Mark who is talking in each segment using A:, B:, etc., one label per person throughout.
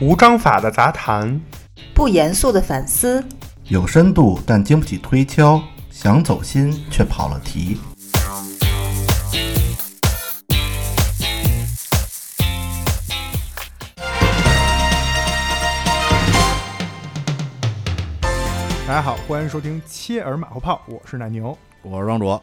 A: 无章法的杂谈，
B: 不严肃的反思，
C: 有深度但经不起推敲，想走心却跑了题。
A: 大家好，欢迎收听《切尔马后炮》，我是奶牛。
C: 我是庄主，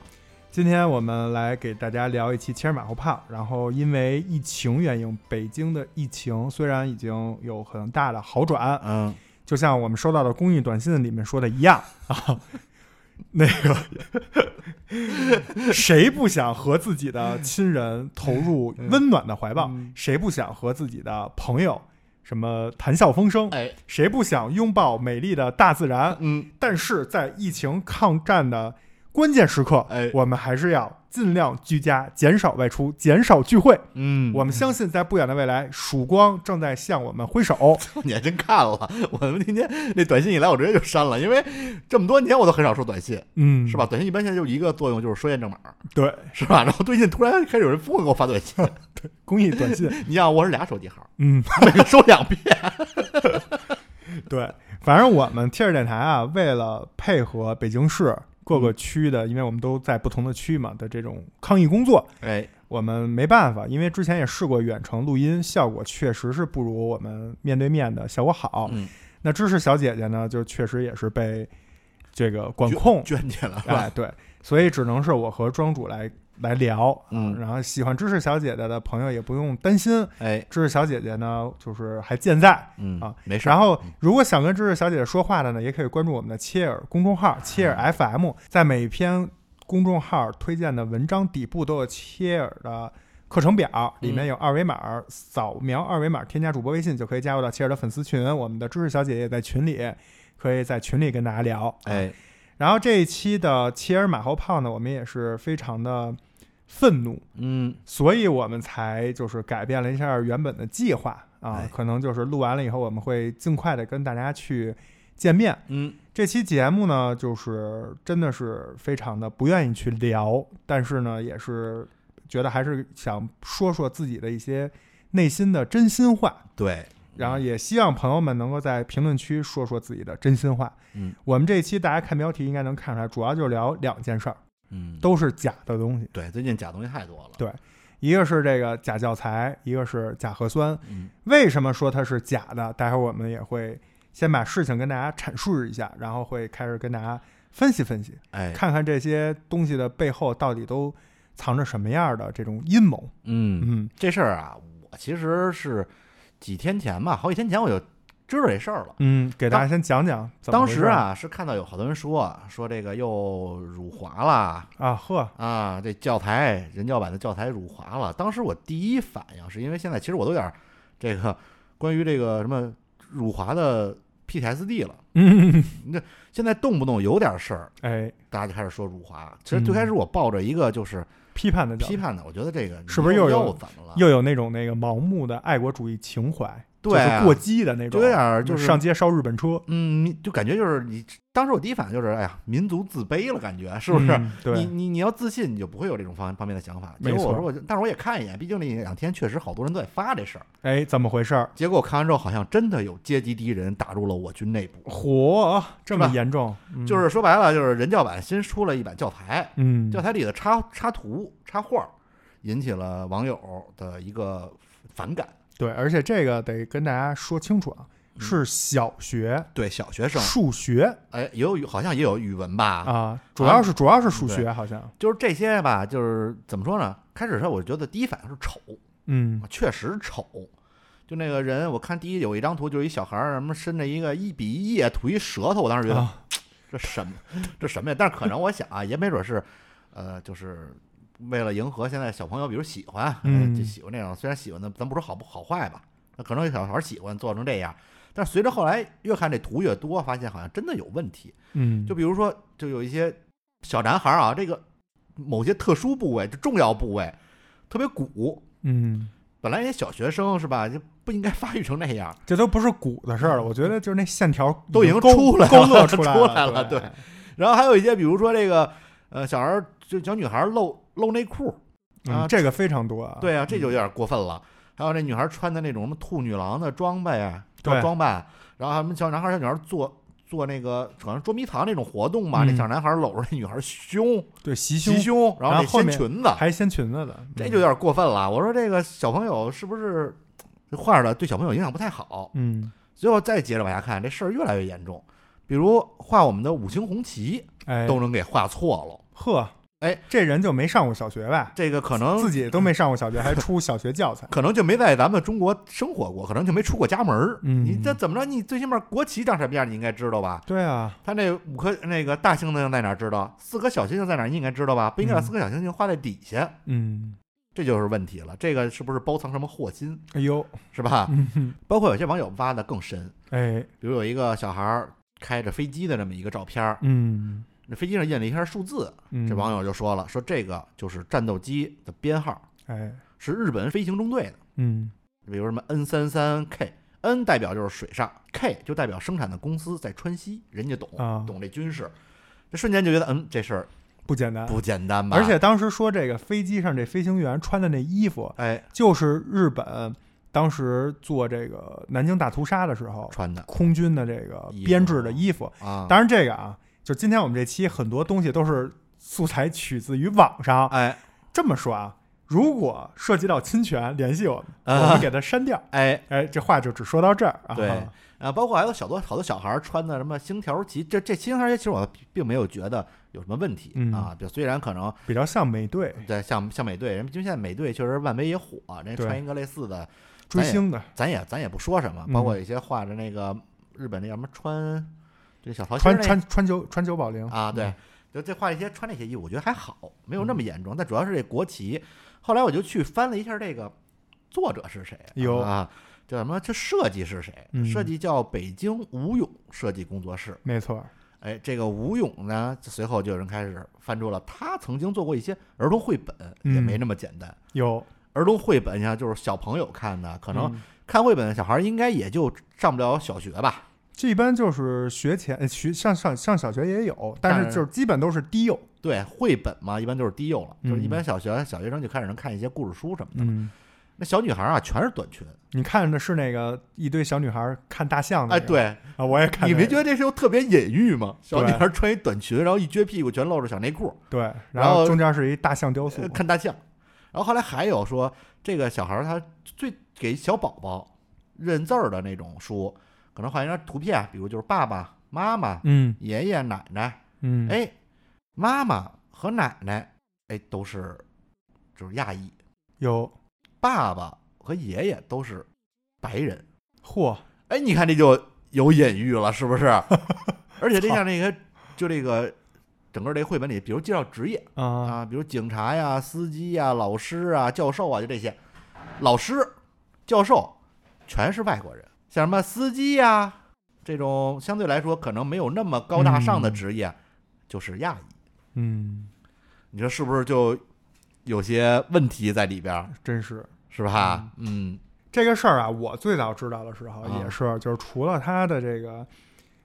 A: 今天我们来给大家聊一期切尔马后炮。然后因为疫情原因，北京的疫情虽然已经有很大的好转，
C: 嗯，
A: 就像我们收到的公益短信里面说的一样啊，那个谁不想和自己的亲人投入
C: 嗯
A: 温暖的怀抱？谁不想和自己的朋友什么谈笑风生？
C: 哎，
A: 谁不想拥抱美丽的大自然？
C: 嗯，
A: 但是在疫情抗战的关键时刻，
C: 哎
A: 我们还是要尽量居家，减少外出，减少聚会。
C: 嗯
A: 我们相信，在不远的未来，曙光正在向我们挥手。
C: 你还真看了，我他妈今天那短信一来，我直接就删了，因为这么多年我都很少收短信，
A: 嗯，
C: 是吧？？短信一般现在就一个作用，就是说验证码，
A: 对，
C: 是吧？然后最近突然开始有人疯狂给我发短 信，
A: 公益短 信，
C: 你想我是俩手机号，
A: 嗯，
C: 每个收两 遍，
A: 对，反正我们贴着电台啊，为了配合北京市各
C: 嗯
A: 个区的，因为我们都在不同的区嘛的这种抗疫工作，
C: 哎，
A: 我们没办法，因为之前也试过远程录音，效果确实是不如我们面对面的效果好。
C: 嗯
A: 那知识小姐姐呢，就确实也是被这个管控，
C: 捐去了，是吧？
A: 哎，对，所以只能是我和庄主来来聊。
C: 嗯，
A: 然后喜欢知识小姐姐的朋友也不用担心，
C: 哎，
A: 知识小姐姐呢就是还健在。
C: 嗯
A: 啊，
C: 没事儿。
A: 然后，如果想跟知识小姐姐说话的呢，也可以关注我们的切尔公众
C: 嗯
A: 号切尔 FM，在每篇公众号推荐的文章底部都有切尔的课程表，里
C: 嗯
A: 面有二维码，扫描二维码添加主播微信就可以加入到切尔的粉丝群。我们的知识小姐姐也在群里，可以在群里跟大家聊。，
C: 哎，
A: 然后这一期的切尔马后炮呢，我们也是非常的愤怒，
C: 嗯，
A: 所以我们才就是改变了一下原本的计划啊
C: 哎，
A: 可能就是录完了以后，我们会尽快的跟大家去见面。
C: 嗯，
A: 这期节目呢，就是真的是非常的不愿意去聊，但是呢，也是觉得还是想说说自己的一些内心的真心话。
C: 对，
A: 然后也希望朋友们能够在评论区说说自己的真心话。
C: 嗯，
A: 我们这一期大家看标题应该能看出来，主要就聊两件事儿，
C: 嗯，
A: 都是假的东西，
C: 对，最近假东西太多了，
A: 对一个是这个假教材，一个是假核酸。
C: 嗯，
A: 为什么说它是假的？待会儿我们也会先把事情跟大家阐述一下，然后会开始跟大家分析分析，
C: 哎，
A: 看看这些东西的背后到底都藏着什么样的这种阴谋。
C: 嗯
A: 嗯
C: 这事儿啊，我其实是几天前吧，好几天前我就知道这事儿了。
A: 嗯，给大家先讲讲怎么
C: 当
A: 回事
C: 时啊，是看到有好多人说说这个又辱华啦
A: 啊呵
C: 啊，这教材人教版的教材辱华了。当时我第一反应是因为现在其实我都有点儿这个关于这个什么辱华的 PTSD 了，
A: 嗯
C: 现在动不动有点事儿，
A: 哎
C: 大家就开始说辱华。其实最开始我抱着一个就是
A: 批判嗯的角度
C: 批判的，我觉得这个
A: 是不是又有
C: 又怎么了？
A: 又有那种那个盲目的爱国主义情怀，
C: 对啊
A: 就是过激的那种，
C: 就有点儿就是
A: 上街烧日本车，
C: 嗯，你就感觉就是你当时我第一反应就是，哎呀，民族自卑了，感觉是不是？
A: 嗯
C: 你
A: 对，
C: 你你要自信，你就不会有这种方方面的想法。结
A: 没
C: 果
A: 错
C: 我说我就，但是我也看一眼，毕竟那两天确实好多人都在发这事儿。
A: 哎，怎么回事儿？
C: 结果我看完之后，好像真的有阶级敌人打入了我军内部。
A: 火这么
C: 是吧
A: 严重，嗯
C: 就是说白了，就是人教版新出了一版教材，
A: 嗯，
C: 教材里的插插图、插画，引起了网友的一个反感。
A: 对，而且这个得跟大家说清楚啊，
C: 嗯
A: 是小学
C: 对小学生，
A: 数学
C: 哎，也有语好像也有语文吧？
A: 啊，主要是主要是数
C: 对啊
A: 学，好像，
C: 就是这些吧，就是怎么说呢？开始的时候我觉得第一反应是丑，
A: 嗯
C: 确实丑。就那个人，我看第一有一张图，就是一小孩儿，什么伸着一个一比一也吐一舌头，我当时觉得、
A: 啊，
C: 这什么这什么呀？但是可能我想啊，也没准是，呃，就是为了迎合现在小朋友，比如喜欢，呃
A: 嗯
C: 就喜欢那种，虽然喜欢的，咱不说好不好坏吧，那可能有小孩儿喜欢做成这样。但是随着后来越看这图越多，发现好像真的有问题。
A: 嗯，
C: 就比如说，就有一些小男孩儿啊，这个某些特殊部位、就重要部位特别鼓，
A: 嗯，
C: 本来人家小学生是吧，就不应该发育成那样。
A: 这都不是鼓的事儿了，我觉得就是那线条
C: 都已经
A: 勾
C: 出来了
A: 勾勒来
C: 出来了
A: 对，
C: 然后还有一些，比如说这个呃，小孩儿就小女孩儿露露内裤，
A: 嗯
C: 啊
A: 这个非常多啊，
C: 对啊，这就有点过分了。还有那女孩穿的那种什么兔女郎的装备啊，
A: 对
C: 装扮，然后什么小男孩小女孩做做那个好像捉迷藏那种活动吧，
A: 嗯
C: 那小男孩搂着那女孩胸
A: 对，袭胸
C: 袭胸，然
A: 然后
C: 那
A: 后
C: 掀
A: 面
C: 裙子，
A: 还掀裙子的，嗯
C: 这就有点过分了。我说这个小朋友是不是这画的对小朋友影响不太好？
A: 嗯，
C: 最后再接着往下看，这事儿越来越严重。比如画我们的五星红旗
A: 哎，
C: 都能给画错了，
A: 呵，
C: 哎，嗯
A: 这人就没上过小学呗？
C: 这个可能，
A: 自己都没上过小学，还出小学教材
C: 可能就没在咱们中国生活过，可能就没出过家门儿。
A: 嗯
C: 你这怎么着？你最起码国旗长什么样，你应该知道吧？
A: 对啊，
C: 它那五颗那个大星星在哪儿知道？四颗小星星在哪儿？你应该知道吧？不应该把
A: 嗯
C: 四颗小星星画在底下，
A: 嗯，
C: 这就是问题了。这个是不是包藏什么祸心，
A: 哎呦，
C: 是吧？
A: 嗯哼，
C: 包括有些网友挖的更深，
A: 哎，
C: 比如有一个小孩儿开着飞机的这么一个照片儿，
A: 嗯，
C: 那飞机上印了一圈数字，
A: 嗯
C: 这网友就说了，说这个就是战斗机的编号，
A: 哎，
C: 是日本飞行中队的。
A: 嗯，
C: 比如什么 N 三三 K，N 代表就是水上，K 就代表生产的公司在川西，人家懂、
A: 啊
C: 懂这军事，这瞬间就觉得嗯这事儿
A: 不简单。
C: 不简单吧？
A: 啊而且当时说这个飞机上这飞行员穿的那衣服，
C: 哎
A: 就是日本当时做这个南京大屠杀的时候
C: 穿的
A: 空军的这个
C: 衣服
A: 编制的衣服。
C: 啊，
A: 当然，这个啊，就今天我们这期很多东西都是素材取自于网上。
C: 哎
A: 这么说啊，如果涉及到侵权，联系我们，
C: 啊
A: 我们给它删掉。
C: 哎
A: 哎，这话就只说到这儿啊。
C: 对啊，包括还有小多好多小孩儿穿的什么星条旗，这这星条旗其实我并没有觉得有什么问题、
A: 嗯
C: 啊，就虽然可能
A: 比较像美队
C: 在像像美队，人因为现在美队确实漫威也火，啊人家
A: 对
C: 穿一个类似的，
A: 追星的，
C: 咱也咱也不说什么，
A: 嗯
C: 包括有些画着那个日本那叫什么川，这小桃心儿
A: 穿穿
C: 那
A: 穿九穿嗯九保龄
C: 啊，对，就这画一些穿这些衣服，我觉得还好，没有那么严重。但主要是这国旗。后来我就去翻了一下这个作者是谁，
A: 有
C: 啊，叫什么？这设计是谁？
A: 嗯
C: 设计叫北京吴勇设计工作室。
A: 没错，
C: 哎，这个吴勇呢，随后就有人开始翻出了他曾经做过一些儿童绘本，也
A: 嗯
C: 没那么简单。
A: 有
C: 儿童绘本，你看就是小朋友看的，可能
A: 嗯
C: 看绘本的小孩应该也就上不了小学吧，
A: 这一般就是学前呃学上上上小学也有，但
C: 但
A: 是
C: 是
A: 就是基本都是低幼。
C: 对，绘本嘛，一般都是低幼了，就是一般
A: 嗯
C: 小学小学生就开始能看一些故事书什么的。
A: 嗯，
C: 那小女孩啊，全是短裙，
A: 你看的是那个一堆小女孩看大象的、
C: 哎，对，
A: 啊，我也 看、
C: 你
A: 那个。
C: 没觉得这时候特别隐喻吗？小女
A: 对
C: 孩穿一短裙，然后一撅屁股，全露着小内裤，
A: 对，
C: 然
A: 然
C: 后
A: 后中间是一大象雕塑
C: 呃。看大象。然后后来还有说，这个小孩儿他最给小宝宝认字儿的那种书，可能画一张图片，比如就是爸爸妈妈、
A: 嗯
C: 爷爷奶奶，
A: 嗯，
C: 哎，妈妈和奶奶，哎，都是就是亚裔，
A: 有
C: 爸爸和爷爷都是白人。
A: 嚯，
C: 哎，你看这就有隐喻了，是不是？而且这像那个，就这个整个这绘本里，比如介绍职业
A: 啊，
C: 啊，比如警察呀、司机呀、老师啊、教授啊，就这些。老师、教授全是外国人，像什么司机呀这种相对来说可能没有那么高大上的职业，就是亚裔。
A: 嗯，
C: 你说是不是就有些问题在里边儿，
A: 真是。
C: 是吧？嗯
A: 这个事儿啊，我最早知道的时候
C: 啊
A: 也是，就是除了他的这个，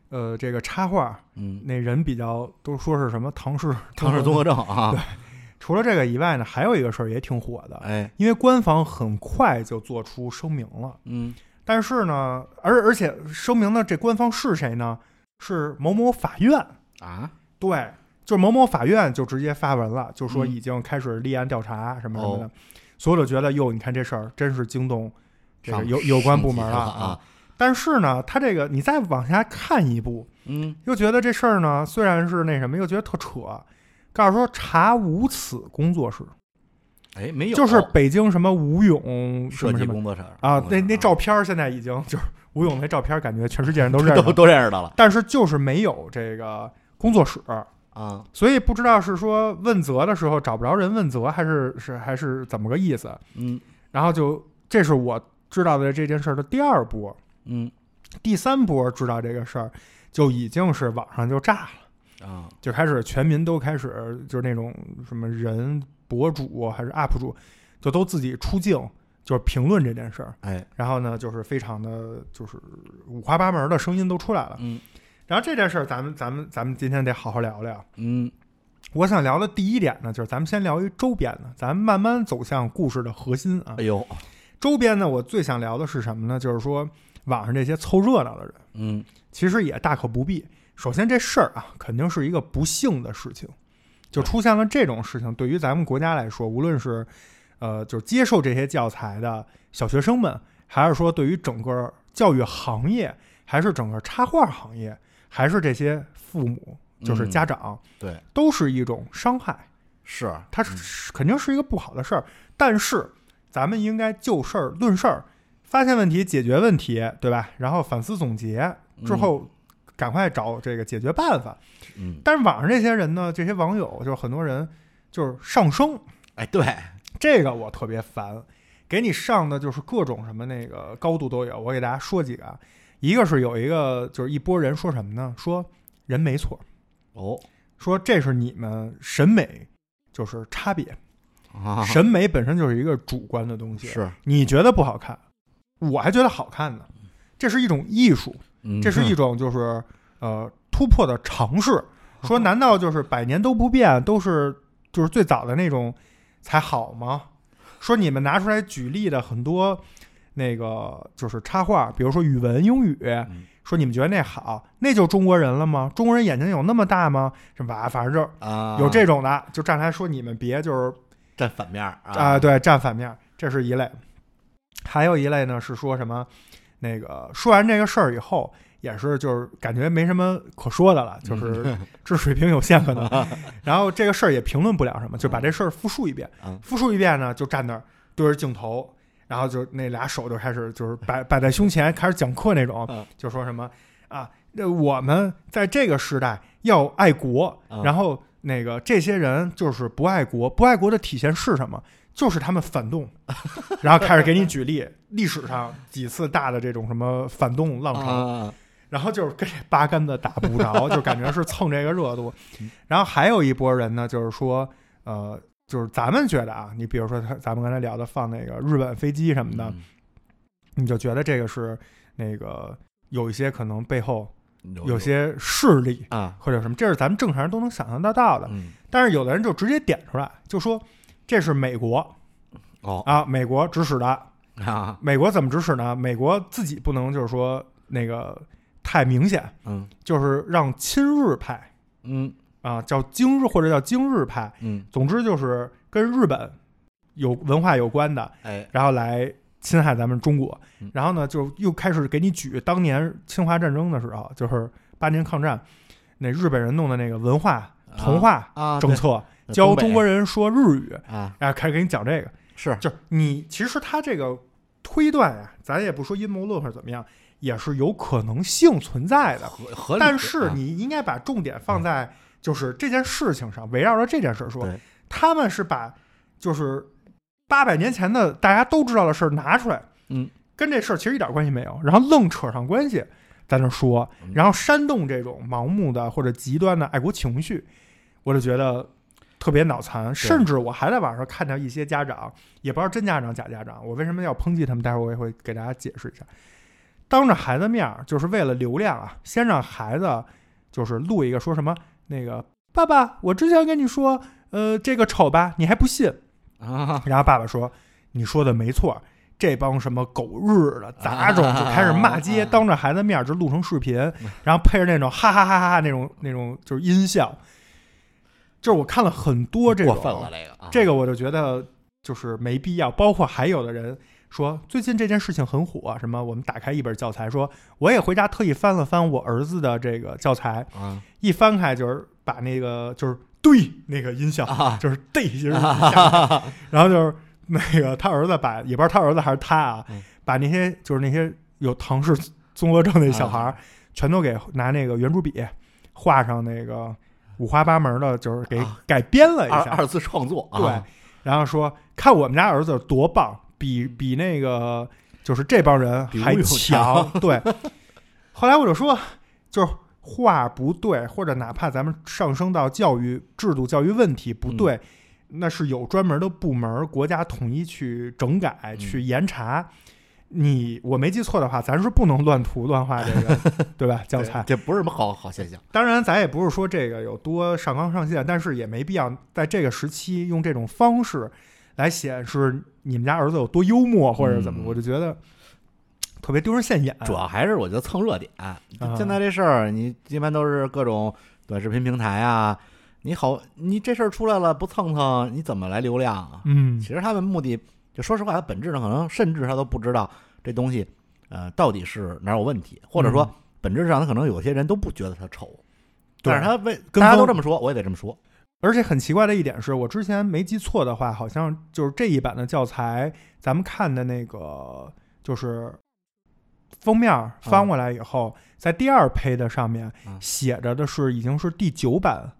A: 呃，这个插画，
C: 嗯，
A: 那人比较都说是什么唐氏
C: 唐氏综合症 啊，
A: 除了这个以外呢，还有一个事儿也挺火的，
C: 哎，
A: 因为官方很快就做出声明了，
C: 嗯
A: 但是呢，而而且声明的这官方是谁呢？是某某法院，
C: 啊，
A: 对，就是某某法院就直接发文了，就说
C: 嗯
A: 已经开始立案调查什么什么的，
C: 哦
A: 所以我就觉得哟，你看这事儿真是惊动这个
C: 上
A: 有有关
C: 上
A: 部
C: 级
A: 门
C: 了
A: 啊。，但是呢，他这个你再往下看一步，
C: 嗯，
A: 又觉得这事儿呢虽然是那什么，又觉得特扯。告诉说查无此工作室，
C: 哎，没有，
A: 就是北京什么吴勇什
C: 设
A: 么
C: 计
A: 什么
C: 工作室
A: 啊，那那照
C: 片
A: 片儿现在已经就是吴勇那照片，感觉全世界人都认识
C: 都
A: 了，
C: 都认识到了
A: 但是就是没有这个工作室，
C: 啊，
A: 所以不知道是说问责的时候找不着人问责，还是是还是怎么个意思。
C: 嗯
A: 然后就这是我知道的这件事儿的第二波，
C: 嗯
A: 第三波知道这个事儿就已经是网上就炸了，
C: 啊，
A: 就开始全民都开始就是那种什么人博主还是 UP 主，就都自己出镜。就是评论这件事儿，
C: 哎，
A: 然后呢，就是非常的，就是五花八门的声音都出来了。
C: 嗯
A: 然后这件事儿，咱们咱们咱们今天得好好聊聊。
C: 嗯
A: 我想聊的第一点呢，就是咱们先聊一周边的，咱们慢慢走向故事的核心啊
C: 哎。呦，
A: 周边呢，我最想聊的是什么呢？就是说网上这些凑热闹的人，
C: 嗯
A: 其实也大可不必。首先，这事儿啊，肯定是一个不幸的事情，就出现了这种事情。对于咱们国家来说，无论是呃，就是接受这些教材的小学生们，还是说对于整个教育行业，还是整个插画行业，还是这些父母，就是
C: 嗯
A: 家长，
C: 对，嗯
A: 都是一种伤害。
C: 是，
A: 它是肯定是一个不好的事儿，但是咱们应该就事儿论事儿，发现问题，解决问题，对吧？然后反思总结之后，赶快找这个解决办法。
C: 嗯，
A: 但是网上这些人呢，这些网友就是很多人就是上升，
C: 哎，对，
A: 这个我特别烦，给你上的就是各种什么那个高度都有。我给大家说几个，啊，一个是有一个就是一波人说什么呢？说人没错，
C: 哦，
A: 说这是你们审美就是差别。
C: 啊，
A: 审美本身就是一个主观的东西，
C: 是，
A: 你觉得不好看，我还觉得好看呢，这是一种艺术，
C: 嗯
A: 这是 一种就是呃突破的尝试。说难道就是百年都不变，都是就是最早的那种才好吗？说你们拿出来举例的很多那个就是插画，比如说语文、英语，
C: 嗯
A: 说你们觉得那好，那就中国人了吗？中国人眼睛有那么大吗？什么啊，反正就
C: 啊，
A: 有这种的，就站出来说你们别就是
C: 站反面儿
A: 啊、
C: 啊，
A: 对，站反面，这是一类。还有一类呢是说什么，那个说完这个事儿以后，也是就是感觉没什么可说的了，
C: 嗯
A: 就是这水平有限可能。
C: 啊
A: 然后这个事儿也评论不了什么，就把这事儿复述一遍
C: 嗯，
A: 复述一遍呢就站那儿对着镜头。然后就那俩手就开始就是摆摆在胸前，开始讲课那种
C: 嗯，
A: 就说什么啊，那我们在这个时代要爱国，
C: 嗯
A: 然后那个这些人就是不爱国，不爱国的体现是什么？就是他们反 动，然后开始给你举例，历史上几次大的这种什么反动浪潮，
C: 啊，
A: 然后就是跟这八竿子打不着，就感觉是蹭这个热度。
C: 嗯
A: 然后还有一波人呢，就是说，呃，就是咱们觉得啊，你比如说他咱们刚才聊的放那个日本飞机什么的，
C: 嗯
A: 你就觉得这个是那个有一些可能背后
C: 有
A: 有些势力
C: 啊，
A: 或者什么，这是咱们正常人都能想象得到的。
C: 嗯，
A: 但是有的人就直接点出来，就说这是美国
C: 哦
A: 啊，美国指使的。
C: 啊，
A: 美国怎么指使呢？美国自己不能就是说那个太明显，
C: 嗯
A: 就是让亲日派
C: 嗯
A: 啊，叫京日或者叫京日派，
C: 嗯，
A: 总之就是跟日本有文化有关的，
C: 哎，
A: 然后来侵害咱们中国
C: 嗯。
A: 然后呢，就又开始给你举当年侵华战争的时候，就是八年抗战，那日本人弄的那个文化同化
C: 啊，
A: 政
C: 对
A: 策，
C: 东
A: 教
C: 北
A: 中国人说日语。
C: 啊，
A: 然后开始给你讲这个，
C: 是
A: 就是你其实他这个推断呀、咱也不说阴谋论或者怎么样，也是有可能性存在的。
C: 合合理的啊，
A: 但
C: 嗯
A: 是你应该把重点放在就是这件事情上，围绕着这件事说
C: 对。
A: 他们是把就是八百年前的大家都知道的事儿拿出来，
C: 嗯，
A: 跟这事儿其实一点关系没有，然后愣扯上关系在那说
C: 嗯，
A: 然后煽动这种盲目的或者极端的爱国情绪，我就觉得特别脑残。甚至我还在网上看到一些家长，也不知道真家长假家长，我为什么要抨击他们？待会儿我也会给大家解释一下。当着孩子面儿，就是为了流量啊，先让孩子就是录一个说什么那个爸爸，我之前跟你说，呃，这个丑吧，你还不信。
C: 啊，
A: 然后爸爸说：“你说的没错，这帮什么狗日的杂种就开始骂街，
C: 啊
A: 当着孩子面儿就录成视频，然后配着那种哈哈哈哈哈那种那种就是音效。就是我看了很多 这
C: 过
A: 种，
C: 分了这个啊，
A: 这个我就觉得就是没必要。包括还有的人说，最近这件事情很火，什么我们打开一本教材说，我也回家特意翻了翻我儿子的这个教材，
C: 啊
A: 一翻开就是把那个就是对那个音效，
C: 啊
A: 就是对，就是一 下然后就是那个他儿子把也不知道他儿子还是他啊，
C: 嗯
A: 把那些就是那些有唐氏综合症那小孩
C: 啊
A: 儿、全都给拿那个圆珠笔画上那个五花八门的，就是给
C: 啊
A: 改编了一
C: 二
A: 下，
C: 二次创作啊，
A: 对，然后说看我们家儿子多棒，比比那个就是这帮人
C: 嗯比
A: 还
C: 吴永
A: 强。 对，后来我就说，就是话不对，或者哪怕咱们上升到教育制度、教育问题
C: 嗯
A: 不对，那是有专门的部门，国家统一去整改、
C: 嗯
A: 去严查。你我没记错的话，咱是不能乱涂乱画这 个，对吧？教
C: 对
A: 材。
C: 这不是什么好好现象，
A: 当然，咱也不是说这个有多上纲上线，但是也没必要在这个时期用这种方式来显示你们家儿子有多幽默或者怎么，
C: 嗯
A: 我就觉得特别丢人现眼。啊
C: 主要还是我觉得蹭热点。现在这事儿，你一般都是各种短视频平台啊，你好，你这事儿出来了不蹭蹭，你怎么来流量啊？
A: 嗯
C: 其实他们目的，就说实话，它本质上可能甚至他都不知道这东西，呃，到底是哪儿有问题，或者说
A: 嗯
C: 本质上他可能有些人都不觉得他丑，
A: 对
C: 但是他为
A: 跟
C: 大家
A: 风
C: 都这么说，我也得这么说。
A: 而且很奇怪的一点是我之前没记错的话，好像就是这一版的教材，咱们看的那个就是封面翻过来以后，在第二胚的上面
C: 嗯
A: 写着的是已经是第九版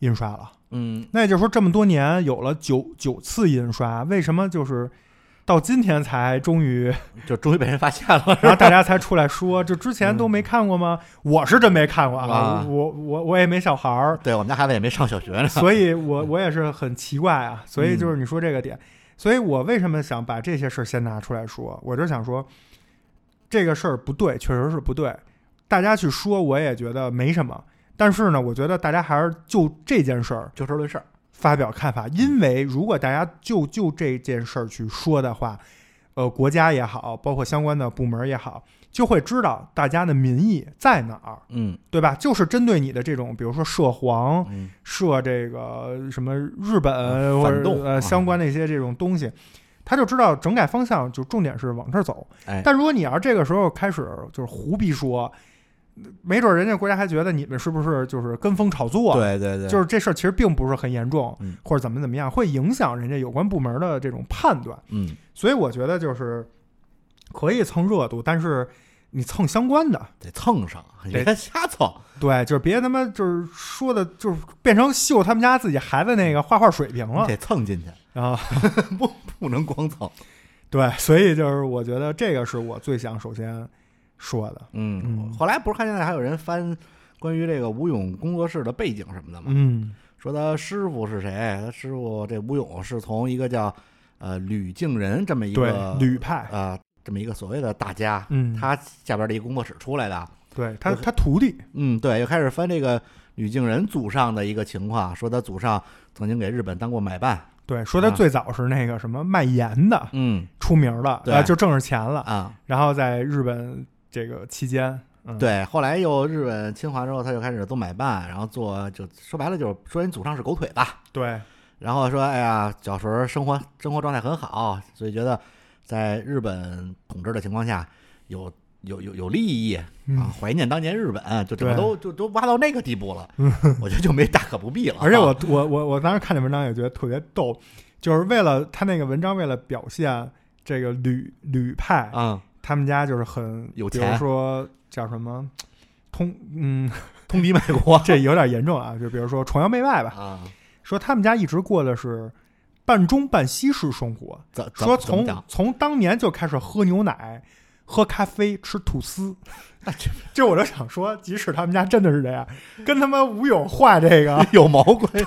A: 印刷了。
C: 嗯，
A: 那也就是说，这么多年有了九九次印刷，为什么就是到今天才终于，
C: 就终于被人发现了， 是
A: 然
C: 吧
A: 后大家才出来说，这之前都没看过吗？我是真没看过
C: 啊
A: 我我我也没小孩儿，
C: 对我们家孩子也没上小学呢。
A: 所以我我也是很奇怪啊，所以就是你说这个点，所以我为什么想把这些事儿先拿出来说，我就想说这个事儿不对，确实是不对，大家去说我也觉得没什么，但是呢，我觉得大家还是就这件事儿
C: 就事论事儿，
A: 发表看法，
C: 嗯
A: 因为如果大家就就这件事儿去说的话，呃，国家也好，包括相关的部门也好，就会知道大家的民意在哪儿，
C: 嗯
A: 对吧？就是针对你的这种，比如说涉黄。
C: 嗯
A: 涉这个什么日本
C: 啊
A: 或
C: 反
A: 者
C: 动啊
A: 呃相关的一些这种东西，他就知道整改方向就重点是往这儿走
C: 哎。
A: 但如果你要是这个时候开始就是胡逼说，没准人家国家还觉得你们是不是就是跟风炒作？
C: 对对对，
A: 就是这事儿其实并不是很严重
C: 嗯，
A: 或者怎么怎么样，会影响人家有关部门的这种判断。
C: 嗯
A: 所以我觉得就是可以蹭热度，但是你蹭相关的，
C: 得蹭上，啊你
A: 得
C: 别瞎蹭。
A: 对，就是别他妈就是说的，就是变成秀他们家自己孩子那个画画水平了
C: 你得蹭进去，
A: 啊！
C: 不能光蹭。
A: 对，所以就是我觉得这个是我最想首先说的。
C: 嗯
A: 嗯
C: 后来不是看现在还有人翻关于这个吴勇工作室的背景什么的吗？
A: 嗯
C: 说他师傅是谁？他师傅这吴勇是从一个叫呃吕敬仁这么一
A: 对
C: 个，
A: 吕派，
C: 啊、这么一个所谓的大家，
A: 嗯，
C: 他下边的一个工作室出来的。
A: 对他他徒弟，
C: 嗯，对，又开始翻这个吕敬仁祖上的一个情况，说他祖上曾经给日本当过买办。
A: 对，说他
C: 啊
A: 最早是那个什么卖盐的
C: 嗯
A: 出名了，
C: 对
A: 呃就挣着钱了，
C: 啊，
A: 然后在日本这个期间，嗯，
C: 对，后来又日本侵华之后，他就开始做买办，然后做就说白了就是说人祖上是狗腿吧。
A: 对，
C: 然后说，哎呀，小时候生活生活状态很好，所以觉得在日本统治的情况下有有有有利益啊
A: 嗯，，
C: 怀念当年日本，就整
A: 对
C: 个
A: 嗯
C: 都就都挖到那个地步了，我觉得就没大可不必了啊。
A: 而且我我我我当时看那文章也觉得特别逗，就是为了他那个文章为了表现这个吕吕派，
C: 啊，
A: 他们家就是很
C: 有
A: 比
C: 钱
A: 如说叫什么通嗯，
C: 通敌卖 国
A: 这有点严重啊，就比如说崇洋媚外吧，
C: 啊，
A: 说他们家一直过的是半中半西式生活，
C: 怎怎
A: 说
C: 怎么
A: 从
C: 讲？
A: 从当年就开始喝牛奶。喝咖啡，吃吐司，
C: 那这
A: 这 我就想说，即使他们家真的是这样，跟他妈吴勇画这 个
C: 有毛 关系？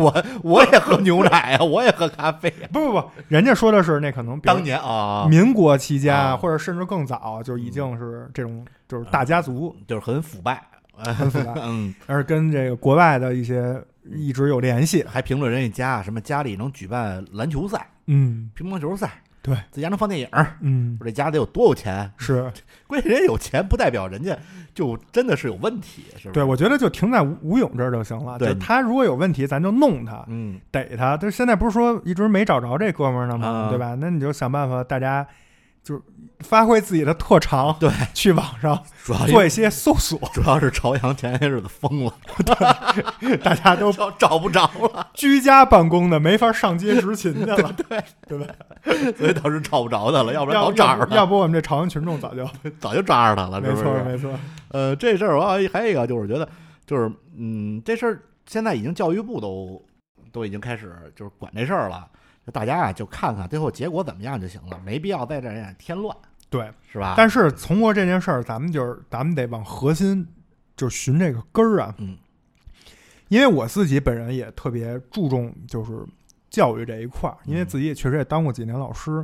C: 我我也喝牛奶啊，我也喝咖啡啊。
A: 不不不，人家说的是那可能比如
C: 当年啊，
A: 民国期间
C: 啊嗯
A: 啊，或者甚至更早，就已经是这种就是大家族，
C: 就是很腐败，
A: 很复杂，
C: 嗯，
A: 而跟这个国外的一些一直有联系。
C: 还评论人家家什么家里能举办篮球赛、
A: 嗯，
C: 乒乓球赛，
A: 对，
C: 自己家能放电影儿。
A: 嗯，
C: 说这家得有多有钱？
A: 是
C: 关键人家有钱不代表人家就真的是有问题，是吧？嗯
A: 对，，我觉得就停在吴吴勇这儿就行了。
C: 对
A: 就他如果有问题，咱就弄他，
C: 嗯，
A: 逮他。就现在不是说一直没找着这哥们儿呢
C: 啊
A: 吗？对吧？那你就想办法，大家就是发挥自己的特长，
C: 对，
A: 去网上
C: 主要
A: 做一些搜 索，
C: 主要是朝阳前些日子疯了，
A: 大家都
C: 找找不着了，
A: 居家办公的，没法上街执勤去了，对对吧？
C: 所以导致找不着他了，要不然
A: 要
C: 早
A: 不
C: 找着
A: 要
C: 了，
A: 不我们这朝阳群众早就
C: 早就抓着他了，是
A: 没
C: 不
A: 错
C: 是？
A: 没错，
C: 呃，这事儿我还有还有一个就是觉得，就是嗯，这事儿现在已经教育部都都已经开始就是管这事儿了，就大家啊就看看最后结果怎么样就行了，没必要在这儿添乱，
A: 对。
C: 是吧？
A: 但是从过这件事儿，咱们就是咱们得往核心就寻这个根儿啊。
C: 嗯，
A: 因为我自己本人也特别注重就是教育这一块儿，因为
C: 嗯
A: 自己也确实也当过几年老师。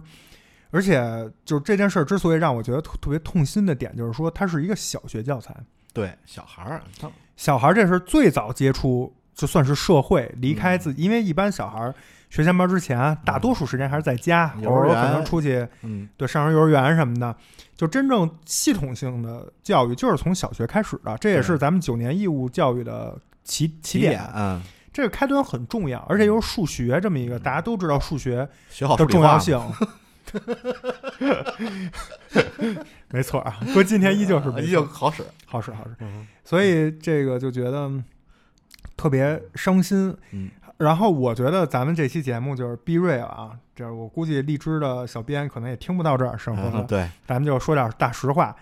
A: 而且，就是这件事儿之所以让我觉得特特别痛心的点，就是说它是一个小学教材，
C: 对小孩儿，他嗯
A: 小孩儿这是最早接触，就算是社会离开自己，因为一般小孩儿学前班之前，啊大多数时间还是在家，
C: 嗯
A: 偶尔
C: 幼儿园
A: 可能出去
C: 嗯
A: 对上上幼儿园什么的。就真正系统性的教育就是从小学开始的，这也是咱们九年义务教育的起起点。
C: 啊，
A: 这个开端很重要，而且又是数学这么一个，大家都知道数学
C: 学好
A: 的
C: 嗯数理
A: 重
C: 化
A: 要
C: 嘛，
A: 性。 没错啊，哥今天依旧是
C: 啊
A: 没错
C: 依旧好使，
A: 好使好使，
C: 嗯
A: 所以这个就觉得嗯特别伤心。
C: 嗯
A: 然后我觉得咱们这期节目就是 B 瑞啊，这我估计荔枝的小编可能也听不到这儿，生活的，
C: 嗯对，
A: 咱们就说点大实话。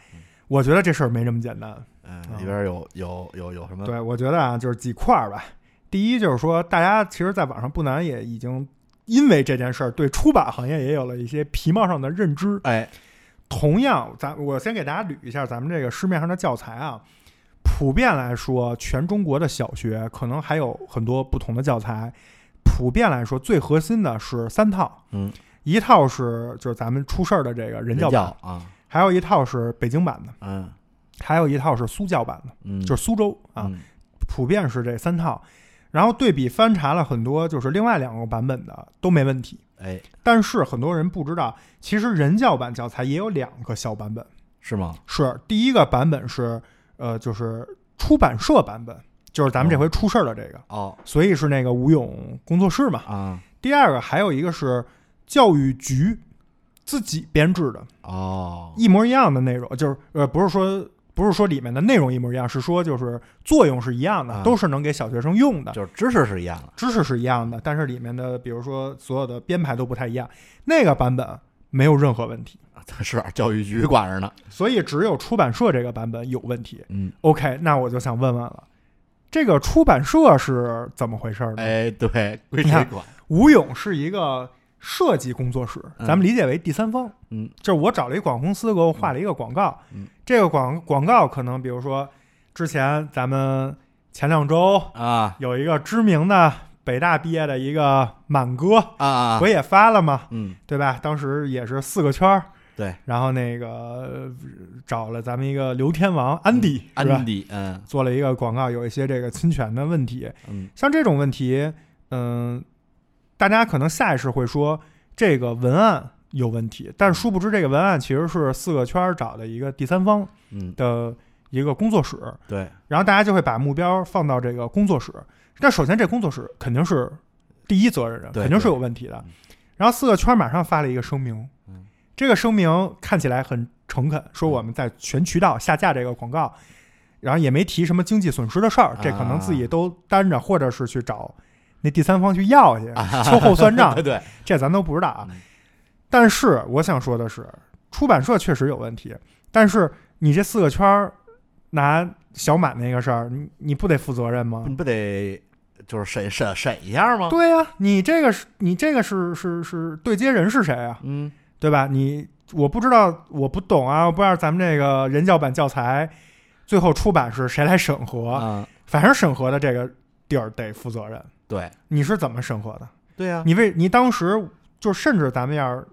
A: 我觉得这事儿没这么简单。
C: 嗯
A: 啊，
C: 里边有有有有什么？
A: 对，我觉得啊，就是几块儿吧。第一就是说，大家其实在网上不难也已经因为这件事儿对出版行业也有了一些皮毛上的认知。
C: 哎，
A: 同样，咱我先给大家捋一下咱们这个市面上的教材啊。普遍来说，全中国的小学可能还有很多不同的教材。普遍来说，最核心的是三套，
C: 嗯，
A: 一套是就是咱们出事儿的这个人教版，
C: 啊，
A: 还有一套是北京版的，
C: 嗯
A: 还有一套是苏教版的，
C: 嗯，
A: 就是苏州啊。
C: 嗯，
A: 普遍是这三套。然后对比翻查了很多，就是另外两个版本的都没问题。
C: 哎，
A: 但是很多人不知道，其实人教版教材也有两个小版本，
C: 是吗？
A: 是第一个版本是呃，就是出版社版本，就是咱们这回出事儿的这个，
C: 哦
A: 所以是那个吴勇工作室嘛。
C: 啊
A: 第二个还有一个是教育局自己编制的，
C: 哦，
A: 一模一样的内容，就是呃，不是说不是说里面的内容一模一样，是说就是作用是一样的，
C: 啊
A: 都是能给小学生用的。
C: 就是知识是一样的，
A: 知识是一样的，但是里面的比如说所有的编排都不太一样。那个版本没有任何问题，
C: 啊 是教育局管着呢。
A: 所以只有出版社这个版本有问题。
C: 嗯，
A: OK，那我就想问问了，这个出版社是怎么回事呢？
C: 哎，对，
A: 你
C: 归谁
A: 看
C: 管？
A: 吴勇是一个设计工作室，
C: 嗯
A: 咱们理解为第三方。
C: 嗯，
A: 就是我找了一广告公司给我画了一个广告。
C: 嗯嗯
A: 这个广广告可能比如说之前咱们前两周
C: 啊
A: 有一个知名的北大毕业的一个满哥，
C: 啊啊！
A: 不也发了吗？
C: 嗯，
A: 对吧？当时也是四个圈儿，
C: 对，
A: 然后那个呃找了咱们一个刘天王安迪，是吧
C: 安迪，嗯
A: 做了一个广告，有一些这个侵权的问题，
C: 嗯
A: 像这种问题，嗯、大家可能下意识会说这个文案有问题，但殊不知这个文案其实是四个圈儿找的一个第三方
C: 嗯，
A: 的一个工作室，
C: 对，
A: 然后大家就会把目标放到这个工作室。那首先，这工作室肯定是第一责任人，
C: 对
A: 肯定是有问题的
C: 嗯。
A: 然后四个圈马上发了一个声明
C: 嗯，
A: 这个声明看起来很诚恳，说我们在全渠道下架这个广告，然后也没提什么经济损失的事儿，这可能自
C: 啊
A: 己都担着，或者是去找那第三方去要 去秋后算账
C: 对，对，
A: 这咱都不知道啊
C: 嗯。
A: 但是我想说的是，出版社确实有问题，但是你这四个圈儿拿小满那个事儿，你你不得负责任吗
C: 你？不得就是审审审一下吗？
A: 对呀、你这个是，你这个是是是对接人是谁啊？
C: 嗯
A: 对吧？你我不知道，我不懂啊，我不知道咱们这个人教版教材最后出版是谁来审核，
C: 啊，
A: 反正审核的这个地儿得负责任。
C: 对
A: 你是怎么审核的？
C: 对呀，
A: 你为你当时就甚至咱们要是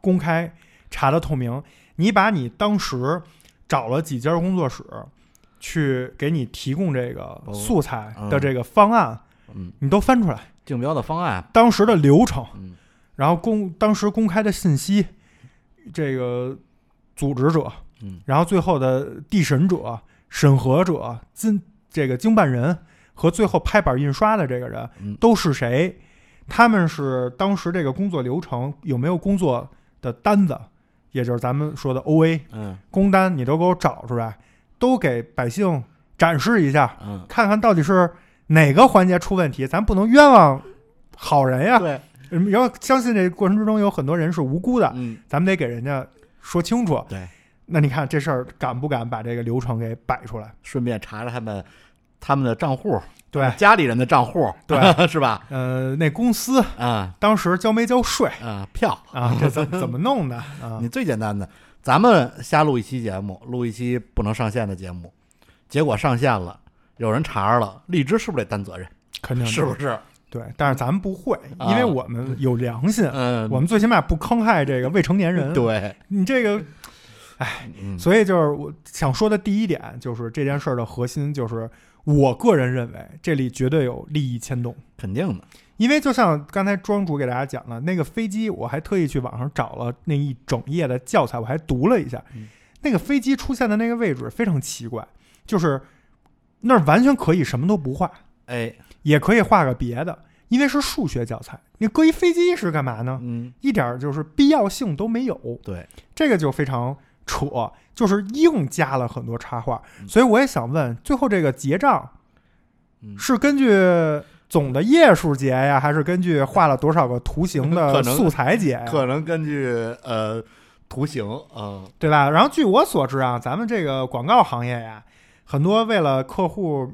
A: 公开查的透明，你把你当时找了几家工作室去给你提供这个
C: 哦
A: 素材
C: 嗯
A: 的这个方案，
C: 嗯，
A: 你都翻出来，
C: 竞标的方案，
A: 当时的流程，
C: 嗯
A: 然后公当时公开的信息，这个组织者，
C: 嗯
A: 然后最后的递审者、审核者、经这个经办人和最后拍板印刷的这个人
C: 嗯
A: 都是谁？他们是当时这个工作流程有没有工作的单子，也就是咱们说的 OA
C: 嗯
A: 工单，你都给我找出来，都给百姓展示一下，
C: 嗯，
A: 看看到底是哪个环节出问题，咱不能冤枉好人呀。
C: 对，
A: 嗯然后相信这过程之中有很多人是无辜的，
C: 嗯
A: 咱们得给人家说清楚。
C: 对，
A: 那你看这事儿敢不敢把这个流程给摆出来？
C: 顺便查查他们他们的账户，
A: 对，
C: 家里人的账户，
A: 对，
C: 是吧？
A: 呃，那公司
C: 啊
A: 当时交没交税
C: 啊，票，
A: 啊？这怎么怎么弄的啊
C: 你？最简单的，咱们瞎录一期节目，录一期不能上线的节目，结果上线了，有人查着了，荔枝是不是得担责任？
A: 肯定的
C: 是不是？
A: 对，但是咱们不会，
C: 啊
A: 因为我们有良心，
C: 嗯，
A: 我们最起码不坑害这个未成年人。
C: 对，
A: 你这个，
C: 嗯
A: 所以就是我想说的第一点，就是这件事儿的核心，就是我个人认为这里绝对有利益牵动。
C: 肯定的，
A: 因为就像刚才庄主给大家讲了，那个飞机，我还特意去网上找了那一整页的教材，我还读了一下，
C: 嗯
A: 那个飞机出现的那个位置非常奇怪，就是那儿完全可以什么都不画，
C: 哎，
A: 也可以画个别的，因为是数学教材，你搁一飞机是干嘛呢？
C: 嗯，
A: 一点儿就是必要性都没有。
C: 对，
A: 这个就非常扯，就是硬加了很多插画。
C: 嗯
A: 所以我也想问，最后这个结账
C: 嗯
A: 是根据总的页数结呀，还是根据画了多少个图形
C: 可
A: 的
C: 能
A: 素材结呀？
C: 可能根据呃图形啊，
A: 对吧？然后据我所知啊，咱们这个广告行业呀，很多为了客户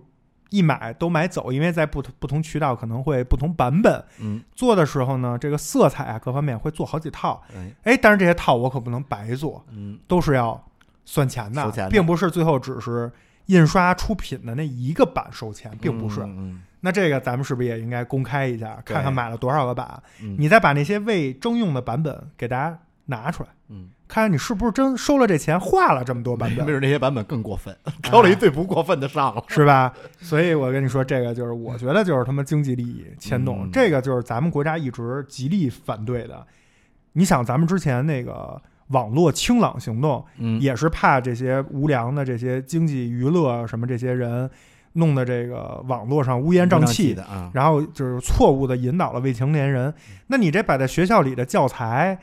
A: 一买都买走，因为在不同不同渠道可能会不同版本
C: 嗯，
A: 做的时候呢，这个色彩啊各方面会做好几套。
C: 哎，
A: 哎，但是这些套我可不能白做，
C: 嗯，
A: 都是要算钱的，
C: 收钱的
A: 并不是最后只是印刷出品的那一个版收钱，并不是。
C: 嗯，
A: 那这个咱们是不是也应该公开一下，
C: 对
A: 看看买了多少个版？
C: 嗯
A: 你再把那些未征用的版本给大家拿出来，
C: 嗯，
A: 看看你是不是真收了这钱，画了这么多版
C: 没
A: 本，
C: 准那些版本更过分， 挑了一最不过分的上了。
A: 是吧？所以我跟你说，这个就是我觉得就是他妈经济利益牵动，
C: 嗯
A: 这个就是咱们国家一直极力反对的。你想，咱们之前那个网络清朗行动，
C: 嗯
A: 也是怕这些无良的这些经济娱乐什么这些人弄的这个网络上乌烟瘴气，嗯
C: 的啊，
A: 然后就是错误的引导了未成年人。那你这摆在学校里的教材，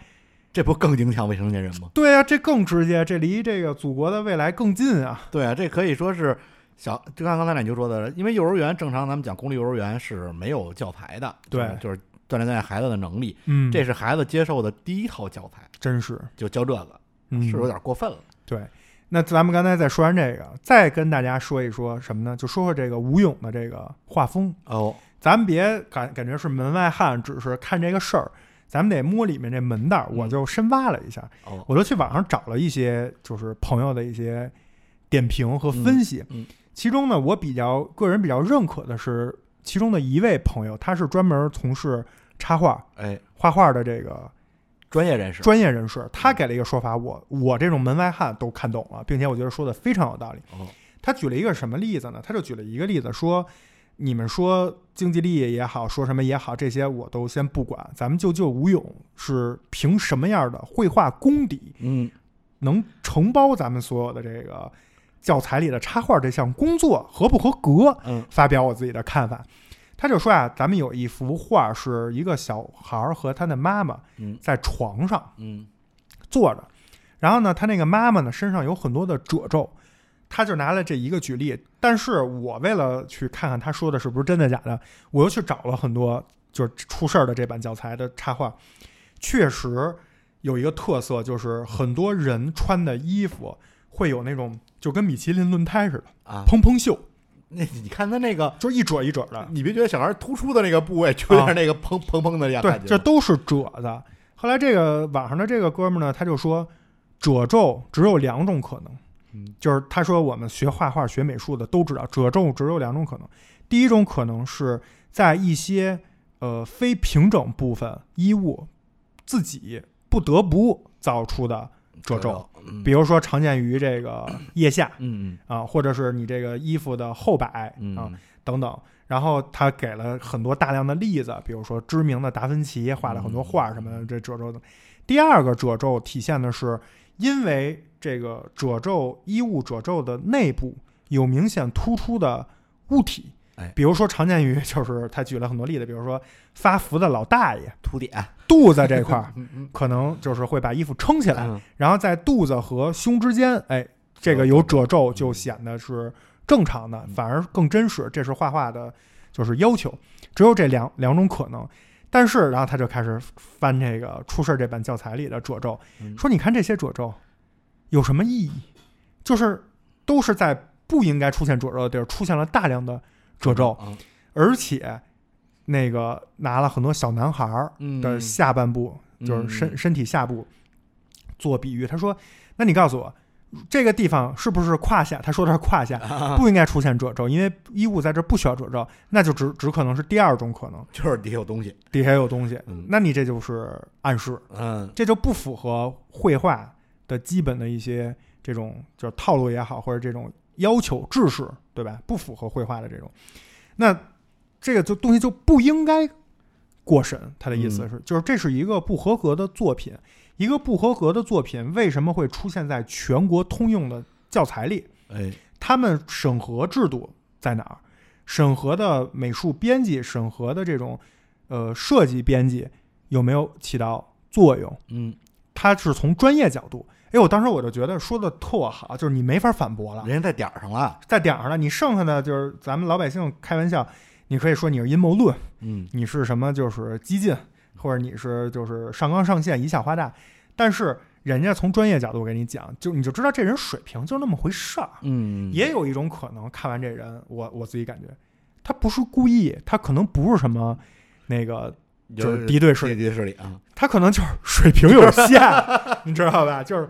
C: 这不更影响未成年人吗？
A: 对啊，这更直接，这离这个祖国的未来更近啊。
C: 对啊，这可以说是小，就像刚才奶牛说的，因为幼儿园正常咱们讲公立幼儿园是没有教材的，
A: 对
C: 就是锻炼锻炼孩子的能力，
A: 嗯，
C: 这是孩子接受的第一套教材，
A: 真是，
C: 就教这个
A: 嗯，
C: 是有点过分了。
A: 对。那咱们刚才再说完这个，再跟大家说一说什么呢？就说说这个吴勇的这个画风。
C: 哦，
A: 咱们别感感觉是门外汉，只是看这个事儿，咱们得摸里面这门道儿。
C: 嗯
A: 我就深挖了一下，
C: 哦
A: 我就去网上找了一些就是朋友的一些点评和分析。
C: 嗯嗯
A: 其中呢，我比较个人比较认可的是其中的一位朋友，他是专门从事插画、
C: 哎，
A: 画画的这个
C: 专业人士，
A: 专业人士，他
C: 嗯
A: 给了一个说法，我我这种门外汉都看懂了，并且我觉得说的非常有道理。
C: 哦，
A: 他举了一个什么例子呢？他就举了一个例子说，你们说经济利益也好，说什么也好，这些我都先不管，咱们就就吴勇是凭什么样的绘画功底，
C: 嗯，
A: 能承包咱们所有的这个教材里的插画这项工作合不合格？
C: 嗯，
A: 发表我自己的看法。他就说啊，咱们有一幅画是一个小孩儿和他的妈妈
C: 嗯
A: 在床上
C: 嗯，
A: 坐着，然后呢，他那个妈妈呢身上有很多的褶皱，他就拿了这一个举例。但是我为了去看看他说的是不是真的假的，我又去找了很多就是出事儿的这版教材的插画，确实有一个特色，就是很多人穿的衣服会有那种就跟米其林轮胎似的
C: 啊，
A: 蓬蓬袖，
C: 那你看他那个，
A: 就是一褶一褶的。
C: 你别觉得小孩突出的那个部位就有点那个砰砰砰的样
A: 对
C: 感，觉，哎
A: 这都是褶子。后来这个网上的这个哥们儿呢，他就说，褶皱只有两种可能，
C: 嗯
A: 就是他说我们学画画、学美术的都知道，褶皱只有两种可能。第一种可能是在一些呃非平整部分衣物自己不得不造出的，褶皱，
C: 嗯
A: 比如说常见于这个 腋下
C: 嗯
A: 啊，或者是你这个衣服的后摆啊。
C: 嗯嗯
A: 等等。然后他给了很多大量的例子，比如说知名的达芬奇画了很多画什么的，这褶皱的。第二个褶皱体现的是，因为这个褶皱衣物褶皱的内部有明显突出的物体
C: 哎，
A: 比如说常见于 就是他举了很多例子，比如说发福的老大爷
C: 凸点，
A: 肚子这块儿
C: 嗯嗯，
A: 可能就是会把衣服撑起来，
C: 嗯
A: 然后在肚子和胸之间，哎，这个有褶皱嗯就显得是正常的，反而更真实。这是画画的，就是要求，只有这两两种可能。但是，然后他就开始翻这个出事儿这本教材里的褶皱，
C: 嗯
A: 说你看这些褶皱有什么意义？就是都是在不应该出现褶皱的地儿出现了大量的褶皱，
C: 嗯
A: 而且那个拿了很多小男孩儿
C: 嗯
A: 的下半部，就是身身体下部做比喻。他说：“那你告诉我，这个地方是不是胯下？”他说的是胯下，不应该出现褶皱，因为衣物在这不需要褶皱，那就只只可能是第二种可能，
C: 就是底下有东西，
A: 底下有东西
C: 嗯。
A: 那你这就是暗示，
C: 嗯
A: 这就不符合绘画的基本的一些这种就是套路也好，或者这种要求制式，对吧？不符合绘画的这种，那这个就东西就不应该过审。他的意思是，就是这是一个不合格的作品，一个不合格的作品为什么会出现在全国通用的教材里？
C: 哎，
A: 他们审核制度在哪儿？审核的美术编辑、审核的这种呃设计编辑有没有起到作用？
C: 嗯，
A: 他是从专业角度。哎，我当时我就觉得说的特好，就是你没法反驳了，
C: 人家在点儿上了，
A: 在点儿上了。你剩下的就是咱们老百姓开玩笑，你可以说你是阴谋论，
C: 嗯
A: 你是什么就是激进，或者你是就是上纲上线、以小画大。但是人家从专业角度给你讲，就你就知道这人水平就那么回事儿。
C: 嗯
A: 也有一种可能，看完这人，我我自己感觉，他不是故意，他可能不是什么那个，就是敌对势力
C: 敌对势力啊，
A: 他可能就是水平有限，你知道吧？就是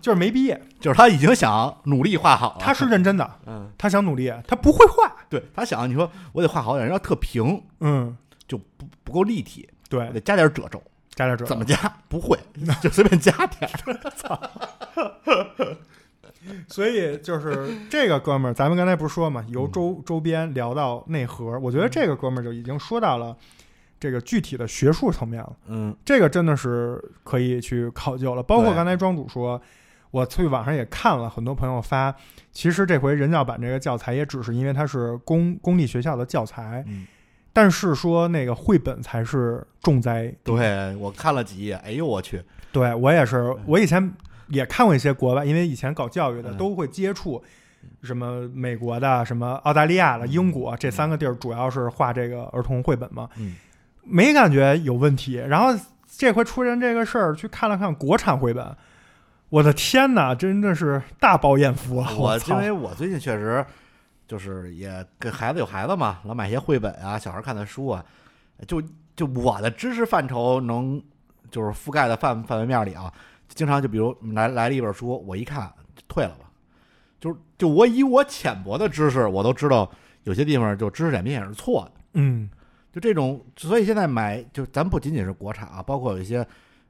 A: 就是没毕业，
C: 就是他已经想努力画好了，
A: 他是认真的，
C: 嗯，
A: 他想努力，他不会画，
C: 对他想你说我得画好点，然后特平
A: 嗯，
C: 就不不够立体，我
A: 对，
C: 得加点褶皱，
A: 加点这
C: 怎么加？不会，就随便加点儿，
A: 所以就是这个哥们儿，咱们刚才不是说嘛，由周周边聊到内核，我觉得这个哥们儿就已经说到了这个具体的学术层面了。
C: 嗯
A: 这个真的是可以去考究了。包括
C: 对
A: 刚才庄主说，我去网上也看了很多朋友发，其实这回人教版这个教材也只是因为它是公公立学校的教材，
C: 嗯，
A: 但是说那个绘本才是重灾。
C: 对我看了几页，哎呦我去，
A: 对我也是，我以前也看过一些国外，因为以前搞教育的
C: 嗯
A: 都会接触。什么美国的、什么澳大利亚的、
C: 嗯
A: 英国这三个地儿，主要是画这个儿童绘本嘛，
C: 嗯
A: 没感觉有问题。然后这回出现这个事儿，去看了看国产绘本，我的天哪，真的是大饱眼福啊！
C: 我因
A: 操，
C: 为我最近确实就是也跟孩子有孩子嘛，老买一些绘本啊、小孩看的书啊，就就我的知识范畴能就是覆盖的范范围面里啊，经常就比如来来了一本书，我一看就退了吧，就是就我以我浅薄的知识，我都知道有些地方就知识点明显是错的，
A: 嗯
C: 就这种，所以现在买就咱不仅仅是国产啊，包括有一些，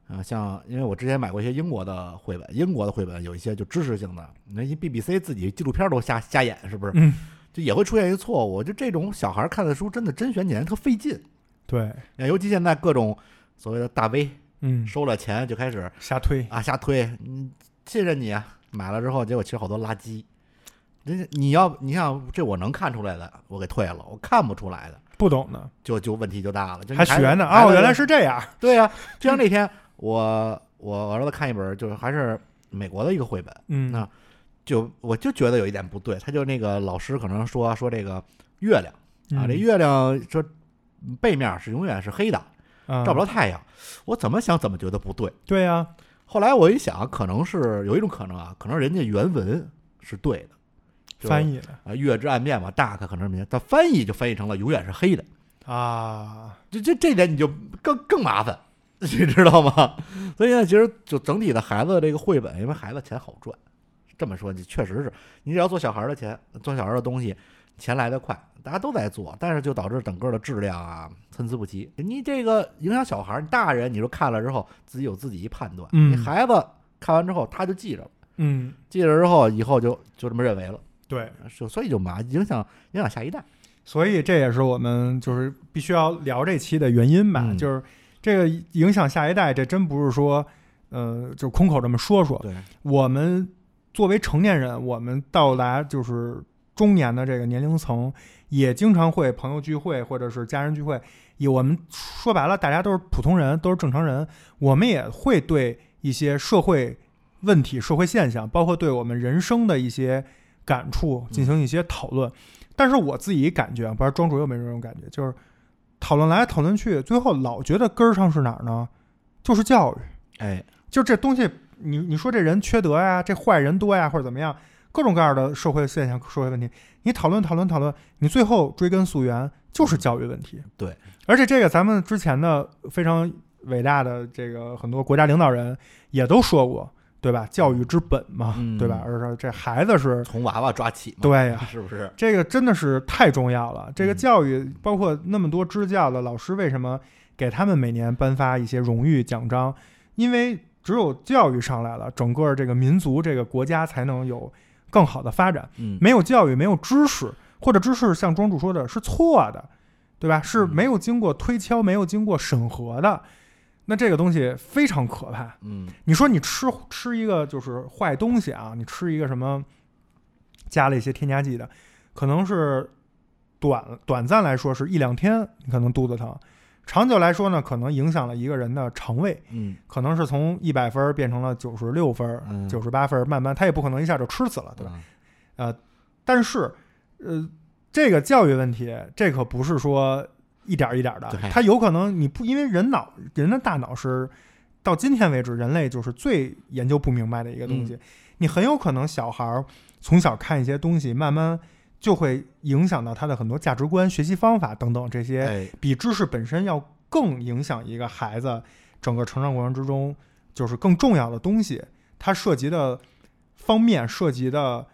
C: 呃，像因为我之前买过一些英国的绘本，英国的绘本有一些就知识性的，那些 BBC 自己纪录片都瞎瞎演，是不是？
A: 嗯，
C: 就也会出现一个错误。就这种小孩看的书，真的甄选起来特费劲，
A: 对，
C: 啊尤其现在各种所谓的大 V
A: 嗯，
C: 收了钱就开始
A: 瞎推，
C: 啊瞎推，嗯，信任你啊，买了之后结果其实好多垃圾。人家你要你像这我能看出来的，我给退了；我看不出来的，
A: 不懂呢，
C: 就就问题就大了。就你
A: 还
C: 孩
A: 学
C: 子
A: 呢
C: 孩
A: 啊！
C: 子
A: 我原来是这样，
C: 对呀、就像那天我我儿子看一本，就是还是美国的一个绘本，
A: 嗯
C: 那就我就觉得有一点不对，他就那个老师可能说说这个月亮
A: 嗯
C: 啊，这月亮说背面是永远是黑的，照
A: 照
C: 不着太阳，我怎么想怎么觉得不对。
A: 对呀，
C: 后来我一想，可能是有一种可能啊，可能人家原文是对的，就是
A: 翻译的
C: 啊，月之暗面嘛，大可可能是明，但翻译就翻译成了永远是黑的。
A: 啊，
C: 这这这点你就更更麻烦，你知道吗？所以现在其实就整体的孩子这个绘本，因为孩子钱好赚，这么说你确实是，你只要做小孩的钱，做小孩的东西，钱来得快，大家都在做，但是就导致整个的质量啊参差不齐。你这个影响小孩，你大人你说看了之后自己有自己一判断，
A: 嗯
C: 你孩子看完之后他就记着了，
A: 嗯，
C: 记着之后以后就就这么认为了，
A: 对，
C: 就所以就麻影响影响下一代。
A: 所以这也是我们就是必须要聊这期的原因吧，
C: 嗯
A: 就是这个影响下一代，这真不是说，呃，就空口这么说说，
C: 对，
A: 我们作为成年人，我们到达就是中年的这个年龄层，也经常会朋友聚会或者是家人聚会，也我们说白了，大家都是普通人，都是正常人，我们也会对一些社会问题、社会现象，包括对我们人生的一些感触进行一些讨论。但是我自己感觉，不知道庄主有没有这种感觉，就是讨论来讨论去，最后老觉得根儿上是哪儿呢？就是教育。
C: 哎，
A: 就这东西，你你说这人缺德呀，这坏人多呀，或者怎么样，各种各样的社会现象、社会问题，你讨论讨论讨论，你最后追根溯源就是教育问题。
C: 对，
A: 而且这个咱们之前的非常伟大的这个很多国家领导人也都说过，对吧？教育之本嘛，
C: 嗯
A: 对吧？而说这孩子是，
C: 从娃娃抓起嘛，
A: 对呀、
C: 是不是？
A: 这个真的是太重要了。这个
C: 嗯
A: 教育，包括那么多支教的老师，为什么给他们每年颁发一些荣誉奖章？因为只有教育上来了，整个这个民族、这个国家才能有更好的发展。
C: 嗯，
A: 没有教育，没有知识，或者知识像庄主说的是错的，对吧？是
C: 嗯
A: 没有经过推敲、没有经过审核的，那这个东西非常可怕。
C: 嗯
A: 你说你吃吃一个就是坏东西啊，你吃一个什么加了一些添加剂的，可能是短短暂来说是一两天，你可能肚子疼；长久来说呢，可能影响了一个人的肠胃，
C: 嗯
A: 可能是从一百分儿变成了九十六分儿、
C: 嗯
A: 九十八分儿，慢慢他也不可能一下就吃死了，对吧？
C: 吧？
A: 但是，呃，这个教育问题，这可不是说一点儿一点儿的
C: 对，
A: 它有可能你不因为人脑人的大脑是到今天为止人类就是最研究不明白的一个东西，你很有可能小孩儿从小看一些东西，慢慢就会影响到他的很多价值观、学习方法等等这些，
C: 哎，
A: 比知识本身要更影响一个孩子整个成长过程之中，就是更重要的东西，它涉及的方面涉及的，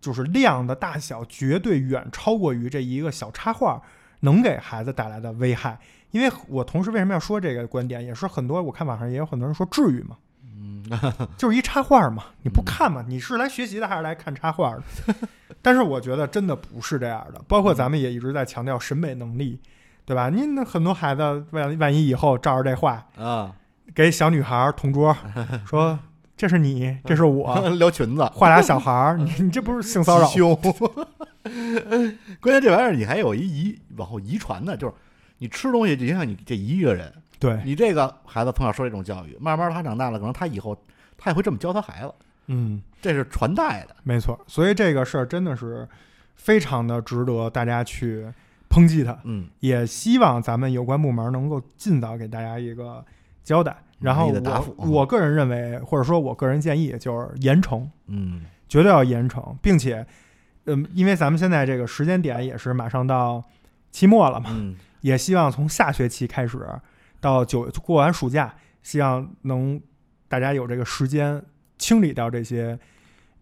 A: 就是量的大小，绝对远超过于这一个小插画能给孩子带来的危害。因为我同时为什么要说这个观点，也是很多我看网上也有很多人说至于吗？
C: 嗯，
A: 就是一插画嘛，你不看嘛？你是来学习的还是来看插画的？ 但是我觉得真的不是这样的，包括咱们也一直在强调审美能力，对吧？您那很多孩子万万一以后照着这画
C: 啊，
A: 给小女孩儿同桌说这是你，这是 我，
C: 撩裙子，
A: 画俩小孩儿，你你这不是性骚 扰
C: 鸡？胸。关键这玩意儿你还有一遗往后遗传呢，就是你吃东西就影响你这一个人。
A: 对，
C: 你这个孩子从小受这种教育，慢慢他长大了，可能他以后他也会这么教他孩子，
A: 嗯，
C: 这是传代的。
A: 没错。所以这个事儿真的是非常的值得大家去抨击它，
C: 嗯，
A: 也希望咱们有关部门能够尽早给大家一个交代。然后
C: 满意的答复
A: 我我个人认为，或者说我个人建议，就是严惩，
C: 嗯
A: 绝对要严惩，并且，嗯，因为咱们现在这个时间点也是马上到期末了嘛，
C: 嗯，
A: 也希望从下学期开始到九过完暑假，希望能大家有这个时间清理掉这些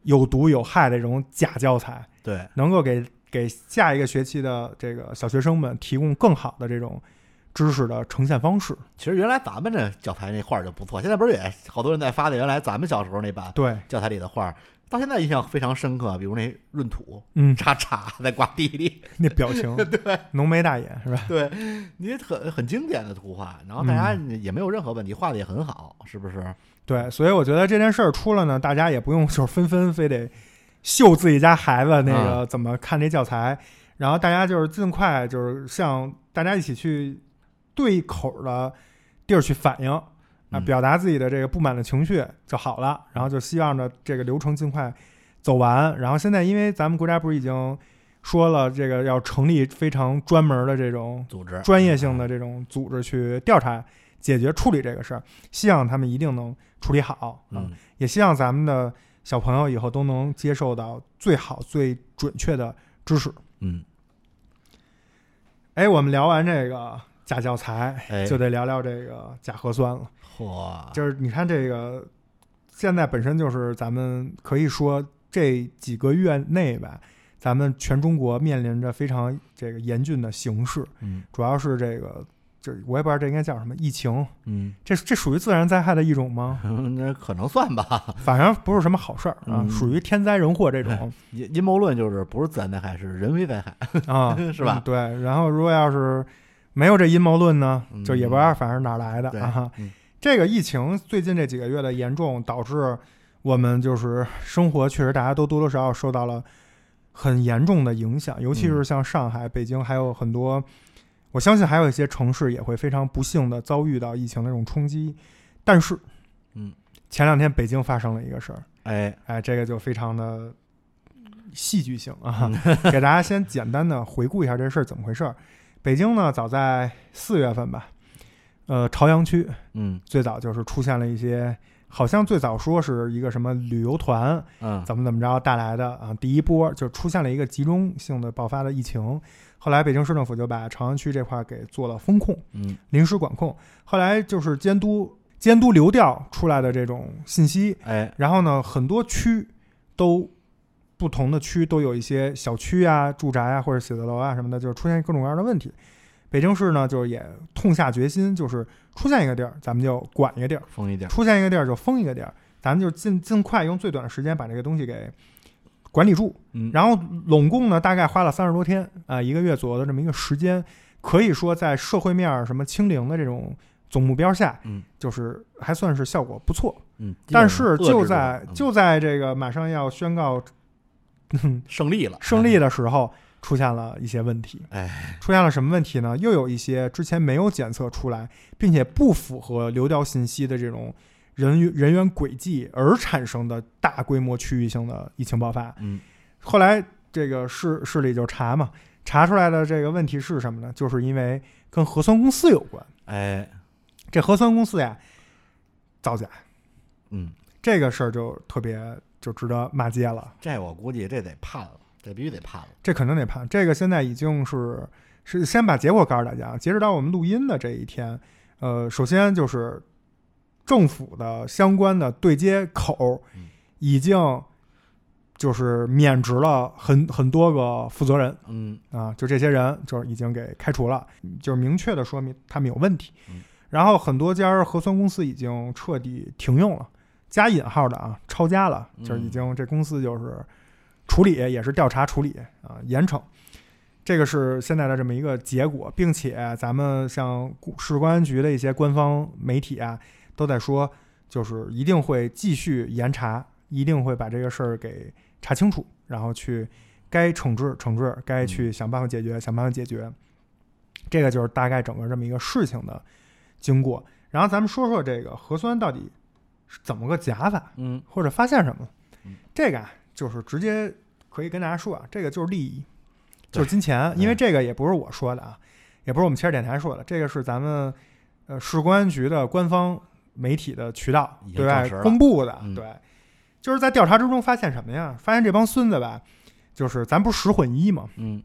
A: 有毒有害的这种假教材，
C: 对，
A: 能够给给下一个学期的这个小学生们提供更好的这种知识的呈现方式。
C: 其实原来咱们这教材那画儿就不错，现在不是也好多人在发的，原来咱们小时候那版
A: 对，
C: 教材里的画儿，到现在印象非常深刻，比如那闰土
A: 嗯，
C: 叉叉在挂地里，
A: 那表情，对，浓眉大眼是吧？
C: 对，你很很经典的图画，然后大家
A: 嗯
C: 也没有任何问题，画的也很好，是不是？
A: 对，所以我觉得这件事儿出了呢，大家也不用就是纷纷非得秀自己家孩子那个怎么看这教材，然后大家就是尽快就是向大家一起去对口儿的地儿去反映啊、
C: 嗯
A: 表达自己的这个不满的情绪就好了，然后就希望着这个流程尽快走完。然后现在因为咱们国家不是已经说了这个要成立非常专门的这种
C: 组织
A: 专业性的这种组织去调查、解决、处理这个事儿，希望他们一定能处理好。啊
C: 嗯，
A: 也希望咱们的小朋友以后都能接受到最好、最准确的知识。
C: 嗯，
A: 哎，我们聊完这个假教材，
C: 哎，啊
A: 就得聊聊这个假核酸了。
C: 嚯，
A: 就是你看这个，现在本身就是咱们可以说这几个月内吧，咱们全中国面临着非常这个严峻的形势。
C: 嗯
A: 主要是这个，就是我也不知道这应该叫什么疫情，
C: 嗯，
A: 这这属于自然灾害的一种吗？
C: 那可能算吧。
A: 反正不是什么好事儿啊，
C: 嗯
A: 属于天灾人祸这 种
C: 阴阴谋论就是不是自然灾害，是人为灾害。
A: 啊，
C: 是吧
A: 嗯对，然后如果要是没有这阴谋论呢，
C: 嗯
A: 就也不知道反正哪儿来的
C: 对
A: 啊。
C: 嗯
A: 这个疫情最近这几个月的严重，导致我们就是生活确实大家都多多少少受到了很严重的影响，
C: 嗯
A: 尤其是像上海、北京，还有很多，我相信还有一些城市也会非常不幸的遭遇到疫情的这种冲击。但是，
C: 嗯，
A: 前两天北京发生了一个事儿，
C: 哎，
A: 哎，这个就非常的戏剧性啊！给大家先简单的回顾一下这事儿怎么回事儿。北京呢，早在四月份吧，呃，朝阳区
C: 嗯
A: 最早就是出现了一些，好像最早说是一个什么旅游团
C: 嗯
A: 怎么怎么着带来的啊，第一波就出现了一个集中性的爆发的疫情。后来北京市政府就把朝阳区这块儿给做了风控，
C: 嗯
A: 临时管控。后来就是监督监督流调出来的这种信息，
C: 哎，
A: 然后呢，很多区都不同的区都有一些小区啊、住宅啊或者写字楼啊什么的，就是出现各种各样的问题。北京市呢，就是也痛下决心，就是出现一个地儿，咱们就管一个地儿；
C: 疯一点。
A: 出现一个地儿就封一个地儿，咱们就尽尽快用最短的时间把这个东西给管理住。
C: 嗯，
A: 然后拢共呢，大概花了三十多天啊、一个月左右的这么一个时间，可以说在社会面儿什么清零的这种总目标下，
C: 嗯，
A: 就是还算是效果不错。
C: 嗯，基本
A: 但是
C: 上遏
A: 就
C: 制住了
A: 在
C: 嗯
A: 就在这个马上要宣告哼
C: 胜利了，
A: 胜利
C: 了，
A: 的时候，出现了一些问题。
C: 哎，
A: 出现了什么问题呢？又有一些之前没有检测出来，并且不符合流调信息的这种人员人员轨迹而产生的大规模区域性的疫情爆发。
C: 嗯
A: 后来这个市市里就查嘛，查出来的这个问题是什么呢？就是因为跟核酸公司有关。
C: 哎，
A: 这核酸公司呀，造假，
C: 嗯，
A: 这个事儿就特别就值得骂街了。
C: 这我估计这得判了，这必须得判了，
A: 这肯定得判。这个现在已经是是先把结果告诉大家，截止到我们录音的这一天，呃，首先就是政府的相关的对接口
C: 嗯
A: 已经就是免职了很很多个负责人
C: 嗯
A: 啊，就这些人就是已经给开除了，嗯就是明确的说明他们有问题
C: 嗯。
A: 然后很多家核酸公司已经彻底停用了，加引号的啊，抄家了，就是已
C: 嗯
A: 经这公司就是处理也是调查处理啊，严惩。这个是现在的这么一个结果，并且咱们像市公安局的一些官方媒体啊，都在说，就是一定会继续严查，一定会把这个事儿给查清楚，然后去该惩治惩治，该去想办法解决、想办法解决。这个就是大概整个这么一个事情的经过。然后咱们说说这个核酸到底是怎么个假法，
C: 嗯
A: 或者发现什么
C: 嗯？
A: 这个啊，就是直接可以跟大家说啊，这个就是利益，
C: 对
A: 就是金钱，
C: 嗯
A: 因为这个也不是我说的啊，也不是我们切尔电台说的，这个是咱们呃市公安局的官方媒体的渠道
C: 已经
A: 对外
C: 证实了
A: 公布的
C: 嗯，
A: 对，就是在调查之中发现什么呀？发现这帮孙子吧，就是咱不是十混一嘛，
C: 嗯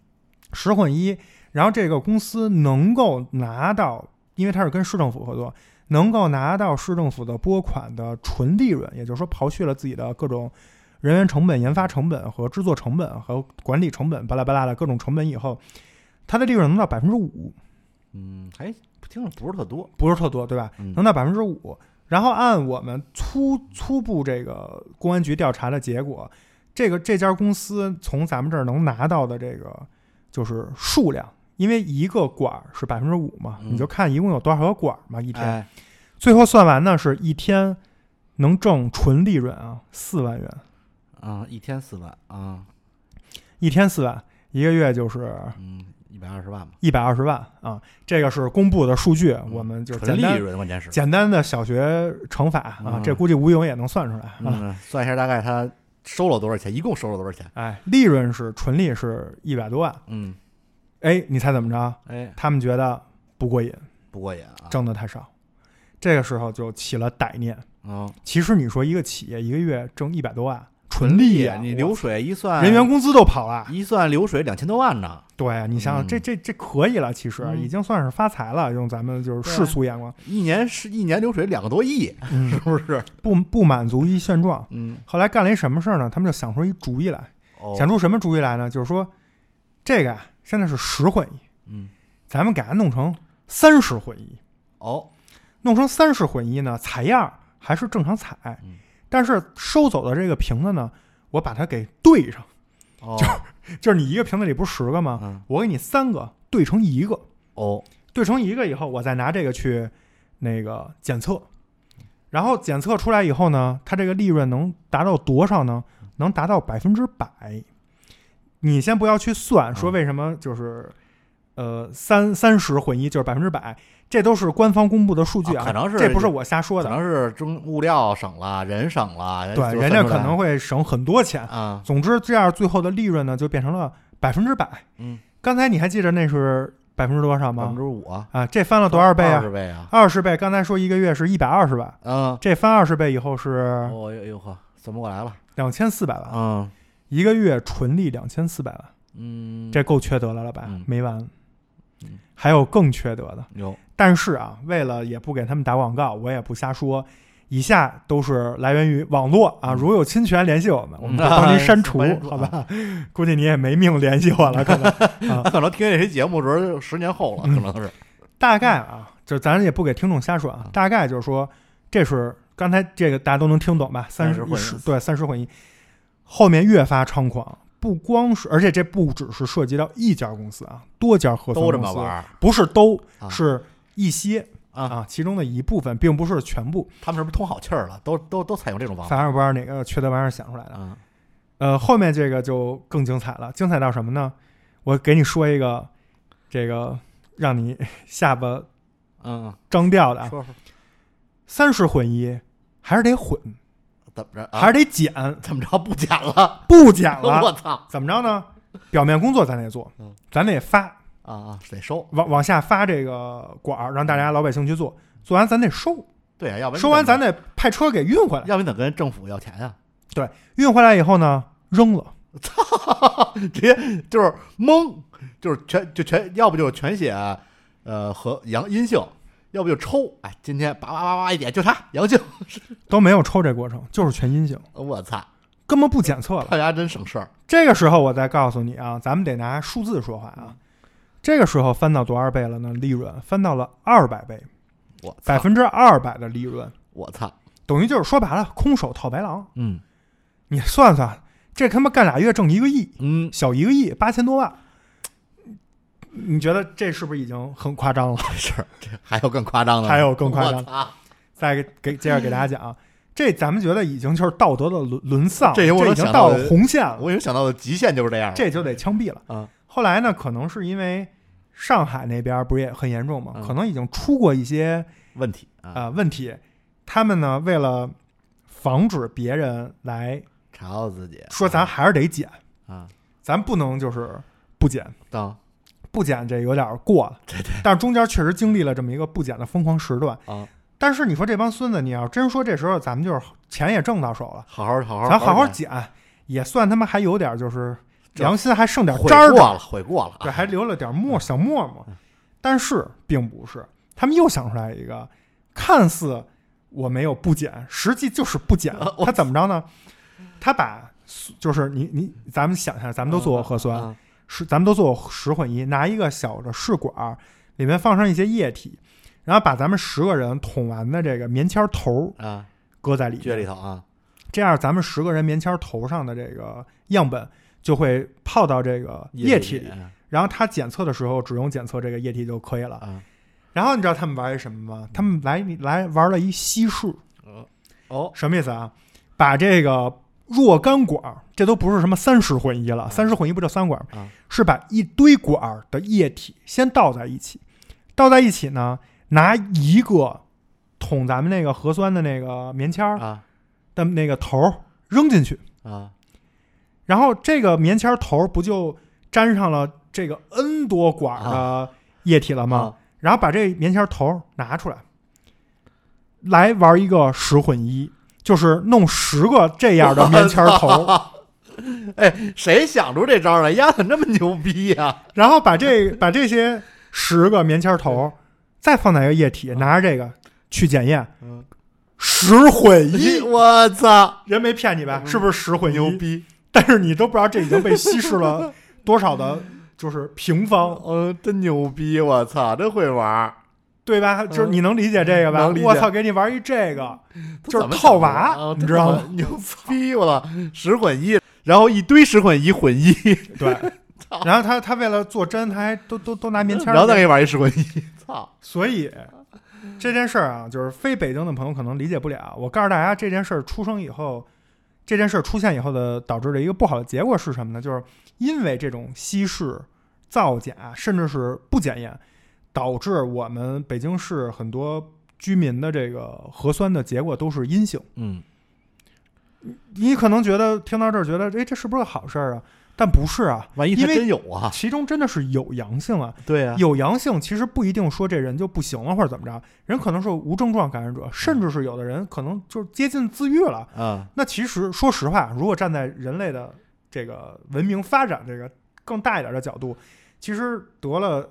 A: 十混一，然后这个公司能够拿到，因为它是跟市政府合作，能够拿到市政府的拨款的纯利润，也就是说刨去了自己的各种人员成本、研发成本和制作成本和管理成本，巴拉巴拉的各种成本以后，它的利润能到百分之五，
C: 嗯，还听着不是特多，
A: 不是特多，对吧？
C: 嗯
A: 能到百分之五。然后按我们初初步这个公安局调查的结果，这个这家公司从咱们这儿能拿到的这个就是数量，因为一个管儿是百分之五嘛，
C: 嗯
A: 你就看一共有多少个管儿嘛，一天。
C: 哎，
A: 最后算完呢，是一天能挣纯利润啊四万元，
C: 啊，一天四万啊，
A: 一天四万，一个月就是
C: 嗯，一百二十万吧，
A: 一百二十万啊。这个是公布的数据，
C: 嗯
A: 我们就
C: 纯
A: 简
C: 利
A: 单
C: 润关键是，
A: 简单的小学乘法啊
C: 嗯，
A: 这估计吴勇也能算出来啊。
C: 嗯，算一下大概他收了多少钱，一共收了多少钱？
A: 哎，利润是纯利是一百多万，
C: 嗯，
A: 哎，你猜怎么着？
C: 哎，
A: 他们觉得不过瘾，
C: 不过瘾啊，
A: 挣的太少，这个时候就起了歹念。
C: 嗯，
A: 其实你说一个企业一个月挣一百多万，
C: 纯
A: 利
C: 利
A: 啊，
C: 你
A: 我
C: 流水一算，
A: 人员工资都跑了，
C: 一算流水两千多万呢，
A: 对啊你想想，这
C: 嗯
A: 这这可以了，其实啊
C: 嗯
A: 已经算是发财了，用咱们就是世俗眼光，
C: 一年是一年流水两个多亿，是
A: 嗯，
C: 不是？
A: 不不满足于现状。
C: 嗯，
A: 后来干了一什么事儿呢？他们就想出一主意来，
C: 哦，
A: 想出什么主意来呢？就是说，这个啊，现在是十混一，
C: 嗯，
A: 咱们给它弄成三十混一。
C: 哦，
A: 弄成三十混一呢，采样儿还是正常采
C: 嗯，
A: 但是收走的这个瓶子呢，我把它给对上，
C: 哦，
A: 就是你一个瓶子里不是十个吗？
C: 嗯，
A: 我给你三个对成一个，
C: 哦，
A: 对成一个以后，我再拿这个去那个检测，然后检测出来以后呢，它这个利润能达到多少呢？能达到百分之百。你先不要去算，
C: 嗯
A: 说为什么就是，呃，三三十混一就是百分之百，这都是官方公布的数据啊，
C: 啊可能是
A: 这不是我瞎说
C: 可
A: 的，
C: 能是中物料省了，人省了，
A: 对，
C: 就
A: 人家
C: 算出
A: 可
C: 来
A: 能会省很多钱。
C: 啊，
A: 总之，这样最后的利润呢，就变成了百分之百。
C: 嗯，
A: 刚才你还记着那是百分之多少
C: 百分
A: 吗？
C: 之五啊，
A: 啊，这翻了多少倍
C: 二
A: 啊
C: 十？倍啊，
A: 二十倍。刚才说一个月是一百二十万，
C: 嗯，
A: 这翻二十倍以啊后是
C: 哦呦呦呵，算不过来了，
A: 两千四百万，
C: 嗯
A: 一个月纯利两千四百万，
C: 嗯，
A: 这够缺德了了吧？
C: 嗯
A: 没完
C: 嗯。
A: 还有更缺德的，
C: 有
A: 但是啊，为了也不给他们打广告，我也不瞎说，以下都是来源于网络啊，
C: 嗯
A: 如有侵权联系我们， 我们会
C: 嗯
A: 帮您
C: 啊
A: 删除
C: 帮您，删
A: 好吧？估计你也没命联系我了，可 能。
C: 他可能听这期节目的时候十年后
A: 嗯
C: 了，可能是，
A: 大概啊，就咱也不给听众瞎说啊
C: 嗯，
A: 大概就是说，这是刚才这个大家都能听懂吧？三
C: 30
A: 十
C: 混一
A: 十对三十混一，后面越发猖狂，不光是，而且这不只是涉及到一家公司啊，多家合资
C: 嗯都这
A: 公
C: 么
A: 司
C: 玩儿
A: 不是都
C: 啊
A: 是一些
C: 啊？
A: 啊，其中的一部分，并不是全部。
C: 他们是不是通好气儿了？都都都采用这种方法
A: 反正不知道哪个缺德玩意儿想出来的。
C: 啊？
A: 呃，后面这个就更精彩了，精彩到什么呢？我给你说一个，这个让你 下巴
C: 嗯，
A: 张掉的啊，
C: 说说
A: 三十混一还是得混，
C: 怎么着？啊
A: 还是得减，
C: 怎么着不讲了？
A: 不减
C: 我
A: 了，
C: 操啊
A: 怎么着呢？表面工作咱得做
C: 嗯，
A: 咱得发，
C: 啊！得收，
A: 往往下发这个管儿，让大
C: 嗯
A: 家老百姓去做，做完咱得收，
C: 对啊，要不然
A: 收完咱
C: 得，
A: 得派车给运回来，
C: 要不然得跟政府要钱啊！
A: 运回来以后呢，扔了，
C: 直接就是蒙，就是全就全，要不就是全写呃和阳阴性，要不就抽，哎，今天叭叭叭叭一点就他阳性，
A: 都没有抽这过程，就是全阴性，
C: 我操，
A: 根本不检测了。
C: 大家真省事儿，
A: 这个时候我再告诉你啊，咱们得拿数字说话
C: 嗯
A: 啊。这个时候翻到多少倍了呢？利润翻到了二百倍，
C: 我
A: 百
C: 操，
A: 分之二百的利润，
C: 我操，
A: 等于就是说白了，空手套白狼。
C: 嗯
A: 你算算，这他妈干俩月挣一个亿，
C: 嗯，
A: 小一个亿，八千多万，你觉得这是不是已经很夸张了？
C: 是这还有更夸张的，
A: 还有更夸张
C: 我操，
A: 再给给接着给大家讲啊，这咱们觉得已经就是道德的沦沦丧，
C: 这
A: 这
C: 也我能
A: 已经
C: 想
A: 到
C: 到
A: 了红线了，
C: 我已经想到的极限就是这样了，
A: 这就得枪毙了。
C: 啊，
A: 后来呢，可能是因为上海那边不是也很严重吗？
C: 嗯
A: 可能已经出过一些
C: 问题啊，
A: 呃问题，他们呢为了防止别人来
C: 嘲自己
A: 说，咱还是得减，
C: 啊，
A: 咱不能就是不减。
C: 当
A: 不减这有点过了，
C: 对对
A: 但是中间确实经历了这么一个不减的疯狂时段
C: 啊，
A: 但是你说这帮孙子，你要真说这时候咱们就是钱也挣到手了，
C: 好好好好，
A: 咱好好
C: 悔
A: 减，也算他妈还有点就是
C: 这
A: 良心还剩点
C: 过
A: 渣儿的，
C: 了，悔过了啊，
A: 对，还留了点沫小沫沫。
C: 嗯
A: 但是并不是，他们又想出来一个，看似我没有不减，实际就是不减
C: 啊。我
A: 他怎么着呢？他把就是你你咱们想一下，咱们都做过核酸，
C: 啊
A: 是咱们都做十混一，拿一个小的试管儿，里面放上一些液体，然后把咱们十个人捅完的这个棉签儿头
C: 啊啊，
A: 搁在里
C: 撅里
A: 面，
C: 头啊，
A: 这样咱们十个人棉签儿头上的这个样本就会泡到这个液体里，
C: 啊
A: 然后他检测的时候只用检测这个液体就可以了。
C: 啊，
A: 然后你知道他们玩一什么吗？他们来来玩了一稀释，
C: 哦，
A: 什么意思啊？把这个若干管儿，这都不是什么三十混一了，三十混一不就三管儿吗
C: 啊
A: 是把一堆管儿的液体先倒在一起，倒在一起呢，拿一个捅咱们那个核酸的那个棉签儿
C: 啊
A: 的那个头儿扔进去，
C: 啊，
A: 然后这个棉签儿头儿不就沾上了这个 n 多管儿的液体了吗？
C: 啊
A: 然后把这棉签头拿出来，来玩一个十混一，就是弄十个这样的棉签头，
C: 哎，谁想出这招儿来？丫怎么这么牛逼呀、
A: 然后把这把这些十个棉签头再放在一个液体，拿着这个去检验
C: 嗯，
A: 十混一，
C: 我操，
A: 人没骗你吧？是不是十混
C: 嗯牛
A: 一？
C: 逼！
A: 但是你都不知道这已经被稀释了多少的，就是平方，
C: 嗯、真牛逼！我操，真会玩儿，
A: 对吧？就是你能理解这个吧
C: 嗯能理？解
A: 我操，给你玩一这个，就
C: 怎
A: 是
C: 么
A: 套
C: 想的
A: 娃
C: 啊，
A: 你知道 吗？？
C: 真的牛逼！我操，十混一，然后一堆十混一混一，
A: 对，然后他他为了做针，他还都都都拿棉签
C: 然后再给
A: 儿，
C: 你玩一十混一， 操！
A: 所以这件事儿啊，就是非北京的朋友可能理解不了。我告诉大家，这件事儿出生以后，这件事儿出现以后的导致的一个不好的结果是什么呢？就是因为这种稀释、造假，甚至是不检验，导致我们北京市很多居民的这个核酸的结果都是阴性。
C: 嗯，
A: 你可能觉得听到这儿觉得，哎，这是不是个好事儿啊？但不是啊，
C: 万一
A: 因
C: 他
A: 为
C: 真有啊？
A: 其中真的是有阳性啊。
C: 对啊，
A: 有阳性，其实不一定说这人就不行了或者怎么着，人可能是无症状感染者，甚至是有的人可能就是接近自愈了。
C: 啊，
A: 那其实说实话，如果站在人类的这个文明发展这个更大一点的角度，其实得了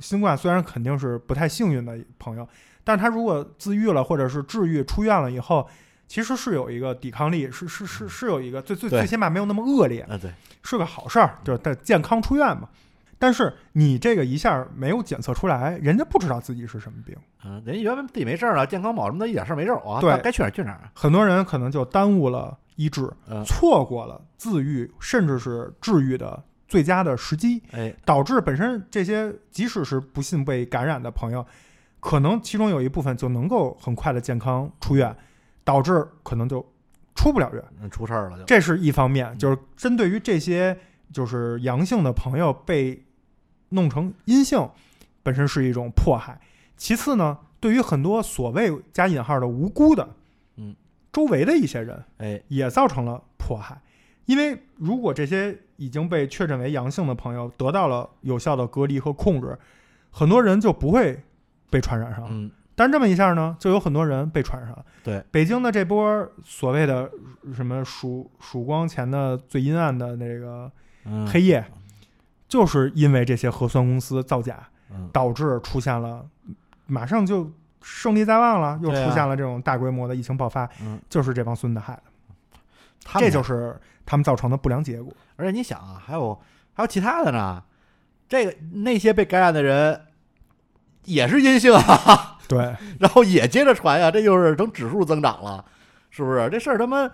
A: 新冠虽然肯定是不太幸运的朋友，但是他如果自愈了或者是治愈出院了以后，其实是有一个抵抗力，是是是是有一个最最
C: 对
A: 最起码没有那么恶劣。
C: 啊对，
A: 是个好事儿，就是他健康出院嘛。但是你这个一下没有检测出来，人家不知道自己是什么病，
C: 啊，人家原本自己没事儿呢，健康宝什么的一点事儿没有啊，
A: 对
C: 该去哪儿去哪儿啊。
A: 很多人可能就耽误了医治，
C: 嗯，
A: 错过了自愈甚至是治愈的最佳的时机，
C: 哎，
A: 导致本身这些即使是不幸被感染的朋友，可能其中有一部分就能够很快的健康出院，导致可能就出不了院。
C: 嗯出事儿了就，
A: 这是一方面，就是针对于这些就是阳性的朋友被弄成阴性，本身是一种迫害。其次呢，对于很多所谓加引号的无辜的，
C: 嗯，
A: 周围的一些人
C: 哎，
A: 也造成了迫害，因为如果这些已经被确诊为阳性的朋友得到了有效的隔离和控制，很多人就不会被传染上。
C: 嗯，
A: 但这么一下呢，就有很多人被传上了。
C: 对，
A: 北京的这波所谓的什么曙曙光前的最阴暗的那个
C: 嗯
A: 黑夜，就是因为这些核酸公司造假，
C: 嗯，
A: 导致出现了，马上就胜利在望了，又
C: 对啊
A: 出现了这种大规模的疫情爆发，
C: 嗯
A: 就是这帮孙子害的，
C: 他们
A: 这就是他们造成的不良 结果。
C: 而且你想啊，还有还有其他的呢，这个那些被感染的人也是阴性啊，
A: 对，
C: 然后也接着传呀、这就是成指数增长了，是不是？这事儿他妈，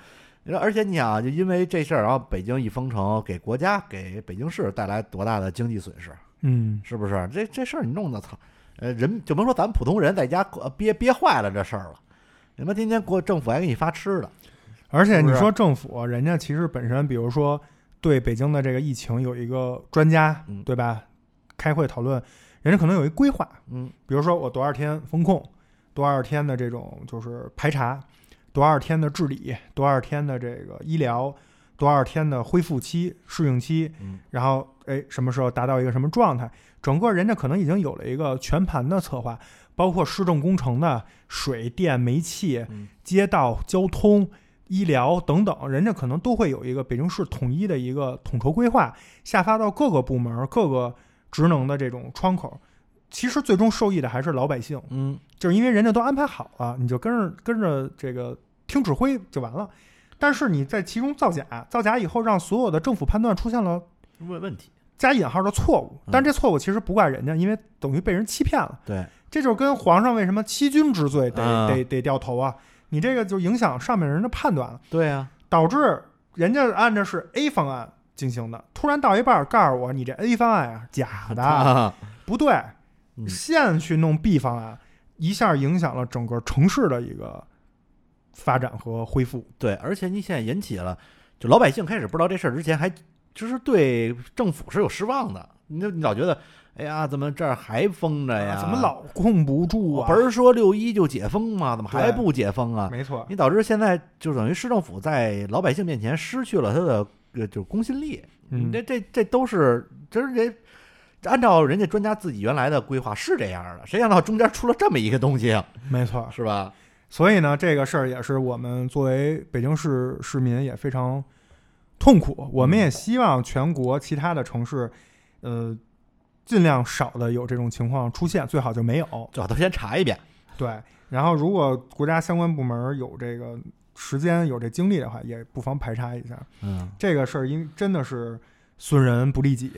C: 而且你想啊，就因为这事儿，然后北京一封城，给国家给北京市带来多大的经济损失，
A: 嗯，
C: 是不是？这这事儿你弄的操，呃，人就甭说咱们普通人在家呃憋憋坏了这事儿了。你妈天天国政府还给你发吃的，
A: 而且你
C: 是不
A: 说政府，人家其实本身，比如说对北京的这个疫情有一个专家
C: 嗯，
A: 对吧？开会讨论，人家可能有一规划，
C: 嗯
A: 比如说我多少天风控，多少天的这种就是排查，多少天的治理，多少天的这个医疗，多少天的恢复期、适应期，
C: 嗯，
A: 然后哎什么时候达到一个什么状态，整个人家可能已经有了一个全盘的策划，包括市政工程的水电煤气
C: 嗯、
A: 街道交通。医疗等等，人家可能都会有一个北京市统一的一个统筹规划，下发到各个部门、各个职能的这种窗口。其实最终受益的还是老百姓，
C: 嗯，
A: 就是因为人家都安排好了，你就跟着跟着这个听指挥就完了。但是你在其中造假，造假以后让所有的政府判断出现了
C: 问问题，
A: 加引号的错误，
C: 嗯
A: 但这错误其实不怪人家，因为等于被人欺骗了。
C: 对，
A: 这就是跟皇上为什么欺君之罪得、
C: 啊
A: 得得掉头啊，你这个就影响上面人的判断了，
C: 对 啊，
A: 导致人家按着是 A 方案进行的，突然到一半儿告诉我你这 A 方案啊假 的，不对，
C: 嗯
A: 现去弄 B 方案，一下影响了整个城市的一个发展和恢复。
C: 对，而且你现在引起了，就老百姓开始不知道这事儿之前还，就是对政府是有失望的。你就你老觉得，哎呀，怎么这儿还封哎着呀？
A: 啊怎么老控不住啊？
C: 不是说六一就解封吗？怎么还
A: 对
C: 不解封啊？
A: 没错，
C: 你导致现在就等于市政府在老百姓面前失去了他的呃就是公信力。
A: 嗯
C: 你这这这都是，就是人按照人家专家自己原来的规划是这样的，谁想到中间出了这么一个东西，啊，
A: 没错。
C: 是吧？
A: 所以呢，这个事儿也是我们作为北京市市民也非常痛苦。我们也希望全国其他的城市，呃，尽量少的有这种情况出现，最好就没有。
C: 最好都先查一遍。
A: 对，然后如果国家相关部门有这个时间、有这精力的话，也不妨排查一下。
C: 嗯，
A: 这个事儿因真的是损人不利己，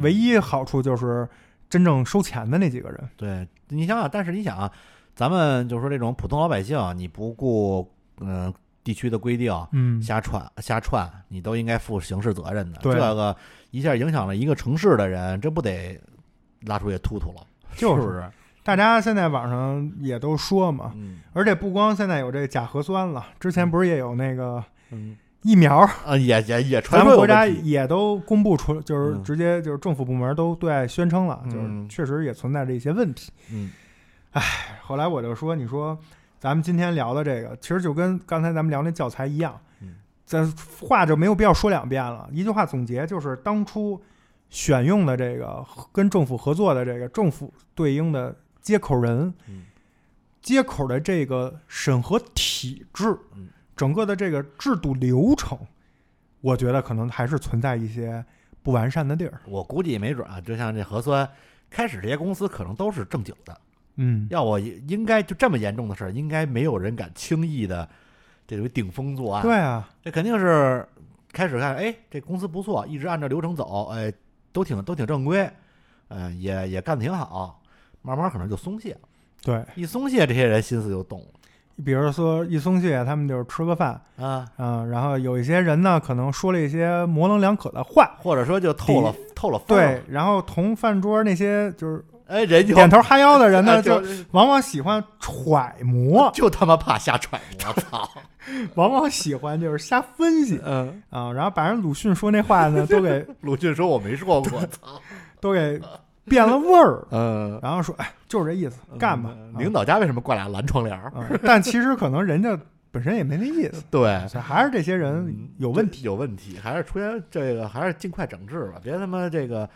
A: 唯一好处就是真正收钱的那几个人。
C: 对你想想，但是你想啊，咱们就说这种普通老百姓啊，你不顾嗯、呃地区的规定
A: 嗯
C: 瞎串瞎串，你都应该负刑事责任的。
A: 对啊
C: 这个一下影响了一个城市的人，这不得拉出去突突了？
A: 就是是啊
C: 不是？
A: 大家现在网上也都说嘛，
C: 嗯
A: 而且不光现在有这假核酸了，之前不是也有那个
C: 嗯
A: 疫苗，
C: 啊，也也也传
A: 咱
C: 说
A: 们
C: 有
A: 国家
C: 问题
A: 也都公布出，就是
C: 嗯
A: 直接就是政府部门都对外宣称了，就是
C: 嗯
A: 确实也存在着一些问题。
C: 嗯
A: 后来我就说，你说咱们今天聊的这个，其实就跟刚才咱们聊那教材一样
C: 嗯，
A: 咱话就没有必要说两遍了。一句话总结就是，当初选用的这个跟政府合作的这个政府对应的接口人
C: 嗯，
A: 接口的这个审核体制
C: 嗯，
A: 整个的这个制度流程，我觉得可能还是存在一些不完善的地儿。
C: 我估计没准啊，就像这核酸。开始这些公司可能都是正经的，
A: 嗯，
C: 要我应该就这么严重的事儿，应该没有人敢轻易的这种顶风作案。
A: 对啊，
C: 这肯定是开始看，哎，这公司不错，一直按照流程走，哎，都挺都挺正规，嗯、也也干得挺好。慢慢可能就松懈了，
A: 对，
C: 一松懈，这些人心思就动了。
A: 比如说一松懈，他们就是吃个饭，
C: 啊，
A: 嗯、然后有一些人呢，可能说了一些模棱两可的话，
C: 或者说就透了透了风儿
A: 对，然后同饭桌那些就是
C: 哎，人就
A: 点头哈腰的人
C: 哎
A: 呢，
C: 就
A: 就往往喜欢揣摩，
C: 就他妈怕瞎揣摩， 操，
A: 往往喜欢就是瞎分 析
C: 嗯，
A: 啊、然后把人鲁迅说那话呢，都 给
C: 鲁迅说我没说过，操，
A: 都给变了味儿，
C: 嗯，
A: 然后说哎，就是这意思，干吧，啊
C: 领导家为什么挂俩蓝窗帘儿？
A: 啊但其实可能人家本身也没那意 思，
C: 对，
A: 所以还是这些人
C: 嗯
A: 有问题。
C: 有问题，还是出现这个，还是尽快整治吧，别他妈这个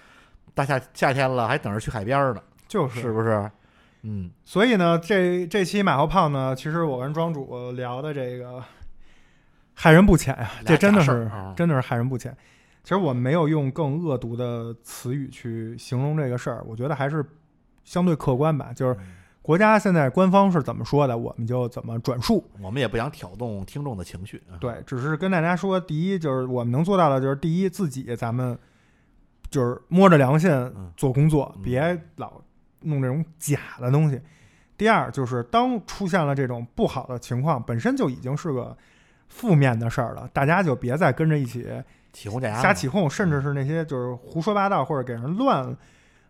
C: 大夏夏天了还等着去海边儿呢，
A: 就是
C: 不是？嗯
A: 所以呢，这这期马后炮呢，其实我跟庄主聊的这个害人不浅呀、
C: 俩
A: 这真的
C: 假事
A: 是
C: 儿啊
A: 真的是害人不浅。其实我没有用更恶毒的词语去形容这个事儿，我觉得还是相对客观吧。就是国家现在官方是怎么说的，我们就怎么转述。
C: 我们也不想挑动听众的情绪。啊，
A: 对，只是跟大家说，第一就是我们能做到的，就是第一自己咱们就是摸着良心做工作，
C: 嗯
A: 别老弄这种假的东西。第二就是当出现了这种不好的情况，本身就已经是个负面的事儿了，大家就别再跟着一起
C: 起哄架
A: 瞎起哄，甚
C: 嗯
A: 至是那些就是胡说八道或者给人乱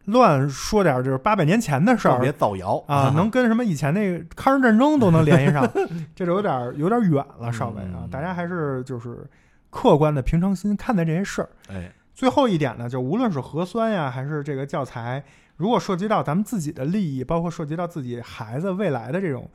A: 乱说点儿就是八百年前的事
C: 特
A: 儿
C: 别造谣
A: 啊，能跟什么以前那个抗日战争都能联系 上，这就有点儿有点儿远了，稍微啊
C: 嗯，
A: 大家还是就是客观的平常心看待这些事儿。
C: 哎，
A: 最后一点呢，就无论是核酸呀，还是这个教材，如果涉及到咱们自己的利益，包括涉及到自己孩子未来的这种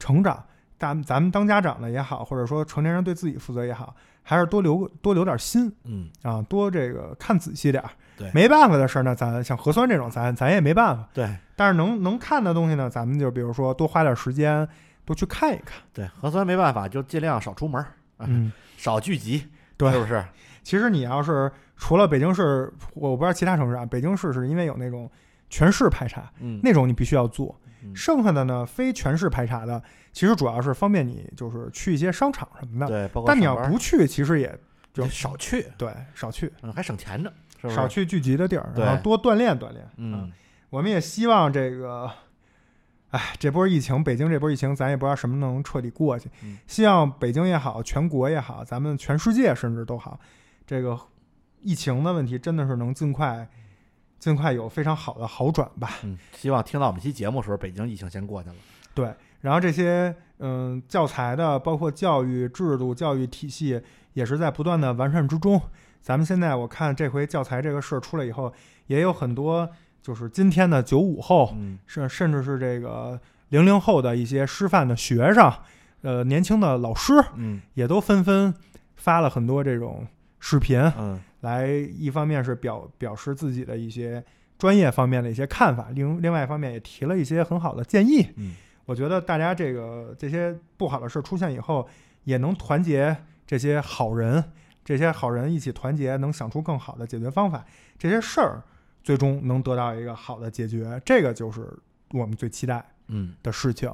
A: 成长，咱们咱们当家长的也好，或者说成年人对自己负责也好，还是多留多留点心
C: 嗯，
A: 啊，多这个看仔细点儿。
C: 对
A: 没办法的事儿呢，咱像核酸这种，咱咱也没办法。
C: 对
A: 但是能能看的东西呢，咱们就比如说多花点时间，多去看一看。
C: 对，核酸没办法，就尽量少出门儿，
A: 嗯，
C: 少聚集，
A: 对
C: 是不是？
A: 其实你要是除了北京市，我不知道其他城市啊，北京市是因为有那种全市排查，
C: 嗯，
A: 那种你必须要做。
C: 嗯
A: 剩下的呢，非全市排查的，其实主要是方便你就是去一些商场什么的。
C: 对，包括
A: 但你
C: 上
A: 要
C: 班儿
A: 不去，其实也就
C: 就少去，
A: 对，少去
C: 嗯，还省钱呢，是不是？
A: 少去聚集的地儿，
C: 对
A: 然后多锻炼锻炼。啊
C: 嗯，
A: 我们也希望这个，哎，这波疫情，北京这波疫情，咱也不知道什么能彻底过去
C: 嗯。
A: 希望北京也好，全国也好，咱们全世界甚至都好，这个疫情的问题真的是能尽快、尽快有非常好的好转吧。
C: 嗯，希望听到我们这期节目的时候，北京疫情先过去了。
A: 对，然后这些嗯教材的，包括教育制度、教育体系，也是在不断的完善之中。咱们现在我看这回教材这个事儿出来以后，也有很多就是今天的九五后。
C: 嗯，
A: 甚甚至是这个零零后的一些师范的学生，呃，年轻的老师
C: 嗯
A: 也都纷纷发了很多这种视频，
C: 嗯
A: 来一方面是表表示自己的一些专业方面的一些看法，另另外一方面也提了一些很好的建议。
C: 嗯，
A: 我觉得大家这个这些不好的事儿出现以后，也能团结这些好人，这些好人一起团结，能想出更好的解决方法，这些事儿最终能得到一个好的解决，这个就是我们最期待
C: 嗯，
A: 的事情。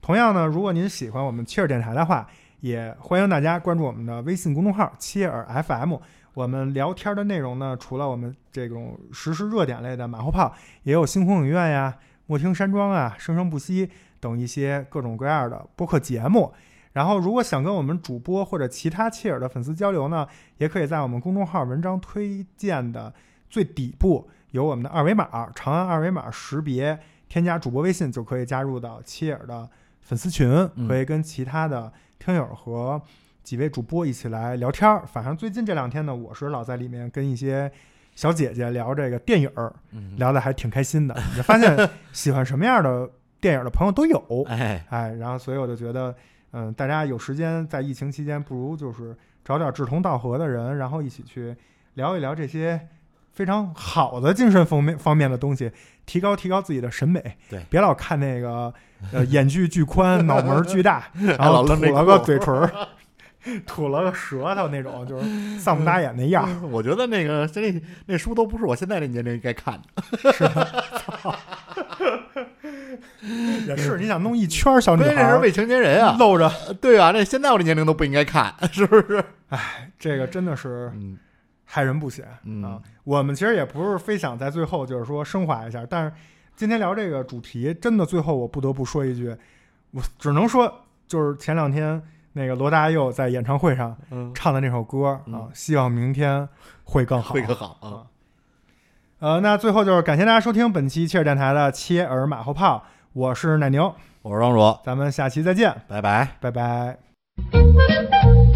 A: 同样呢，如果您喜欢我们切尔电台的话，也欢迎大家关注我们的微信公众号“切尔 FM”。我们聊天的内容呢，除了我们这种时事热点类的马后炮，也有星空影院呀、莫听山庄啊、生生不息等一些各种各样的播客节目。然后，如果想跟我们主播或者其他切尔的粉丝交流呢，也可以在我们公众号文章推荐的最底部有我们的二维码，长按二维码识别添加主播微信就可以加入到切尔的粉丝群，
C: 嗯
A: 可以跟其他的听友和几位主播一起来聊天儿。反正最近这两天呢，我是老在里面跟一些小姐姐聊这个电影儿，
C: 嗯
A: 聊的还挺开心的。也发 现喜欢什么样的电影的朋友都有，
C: 哎，
A: 哎，然后所以我就觉得，嗯，大家有时间在疫情期间，不如就是找点志同道合的人，然后一起去聊一聊这些非常好的精神方面方面的东西，提高提高自己的审美。
C: 对
A: 别老看那个呃眼距巨宽、脑门儿巨大，然后
C: 老扔
A: 吐
C: 那
A: 了个
C: 空
A: 嘴唇儿，吐了个舌头那种，就是丧不
C: 嗯
A: 打眼那样儿。
C: 我觉得那个这那那书都不是我现在这年龄该看的。
A: 也是，你想弄一圈儿哦小女
C: 关
A: 孩
C: 键嗯那是
A: 儿
C: 未成年人啊，
A: 露着，
C: 对啊，那现在我这年龄都不应该看，是不是？
A: 这个真的是
C: 嗯
A: 害人不浅。啊
C: 嗯，，
A: 我们其实也不是非想在最后就是说升华一下，但是今天聊这个主题，真的最后我不得不说一句，我只能说就是前两天那个罗大佑在演唱会上
C: 嗯，
A: 唱的那首歌啊、
C: 嗯
A: 希望明天会更好。
C: 会更好啊。
A: 呃，那最后就是感谢大家收听本期切尔电台的切尔马后炮，我是奶牛，
C: 我是庄主，
A: 咱们下期再见，
C: 拜拜。
A: 拜拜。
D: Thank you.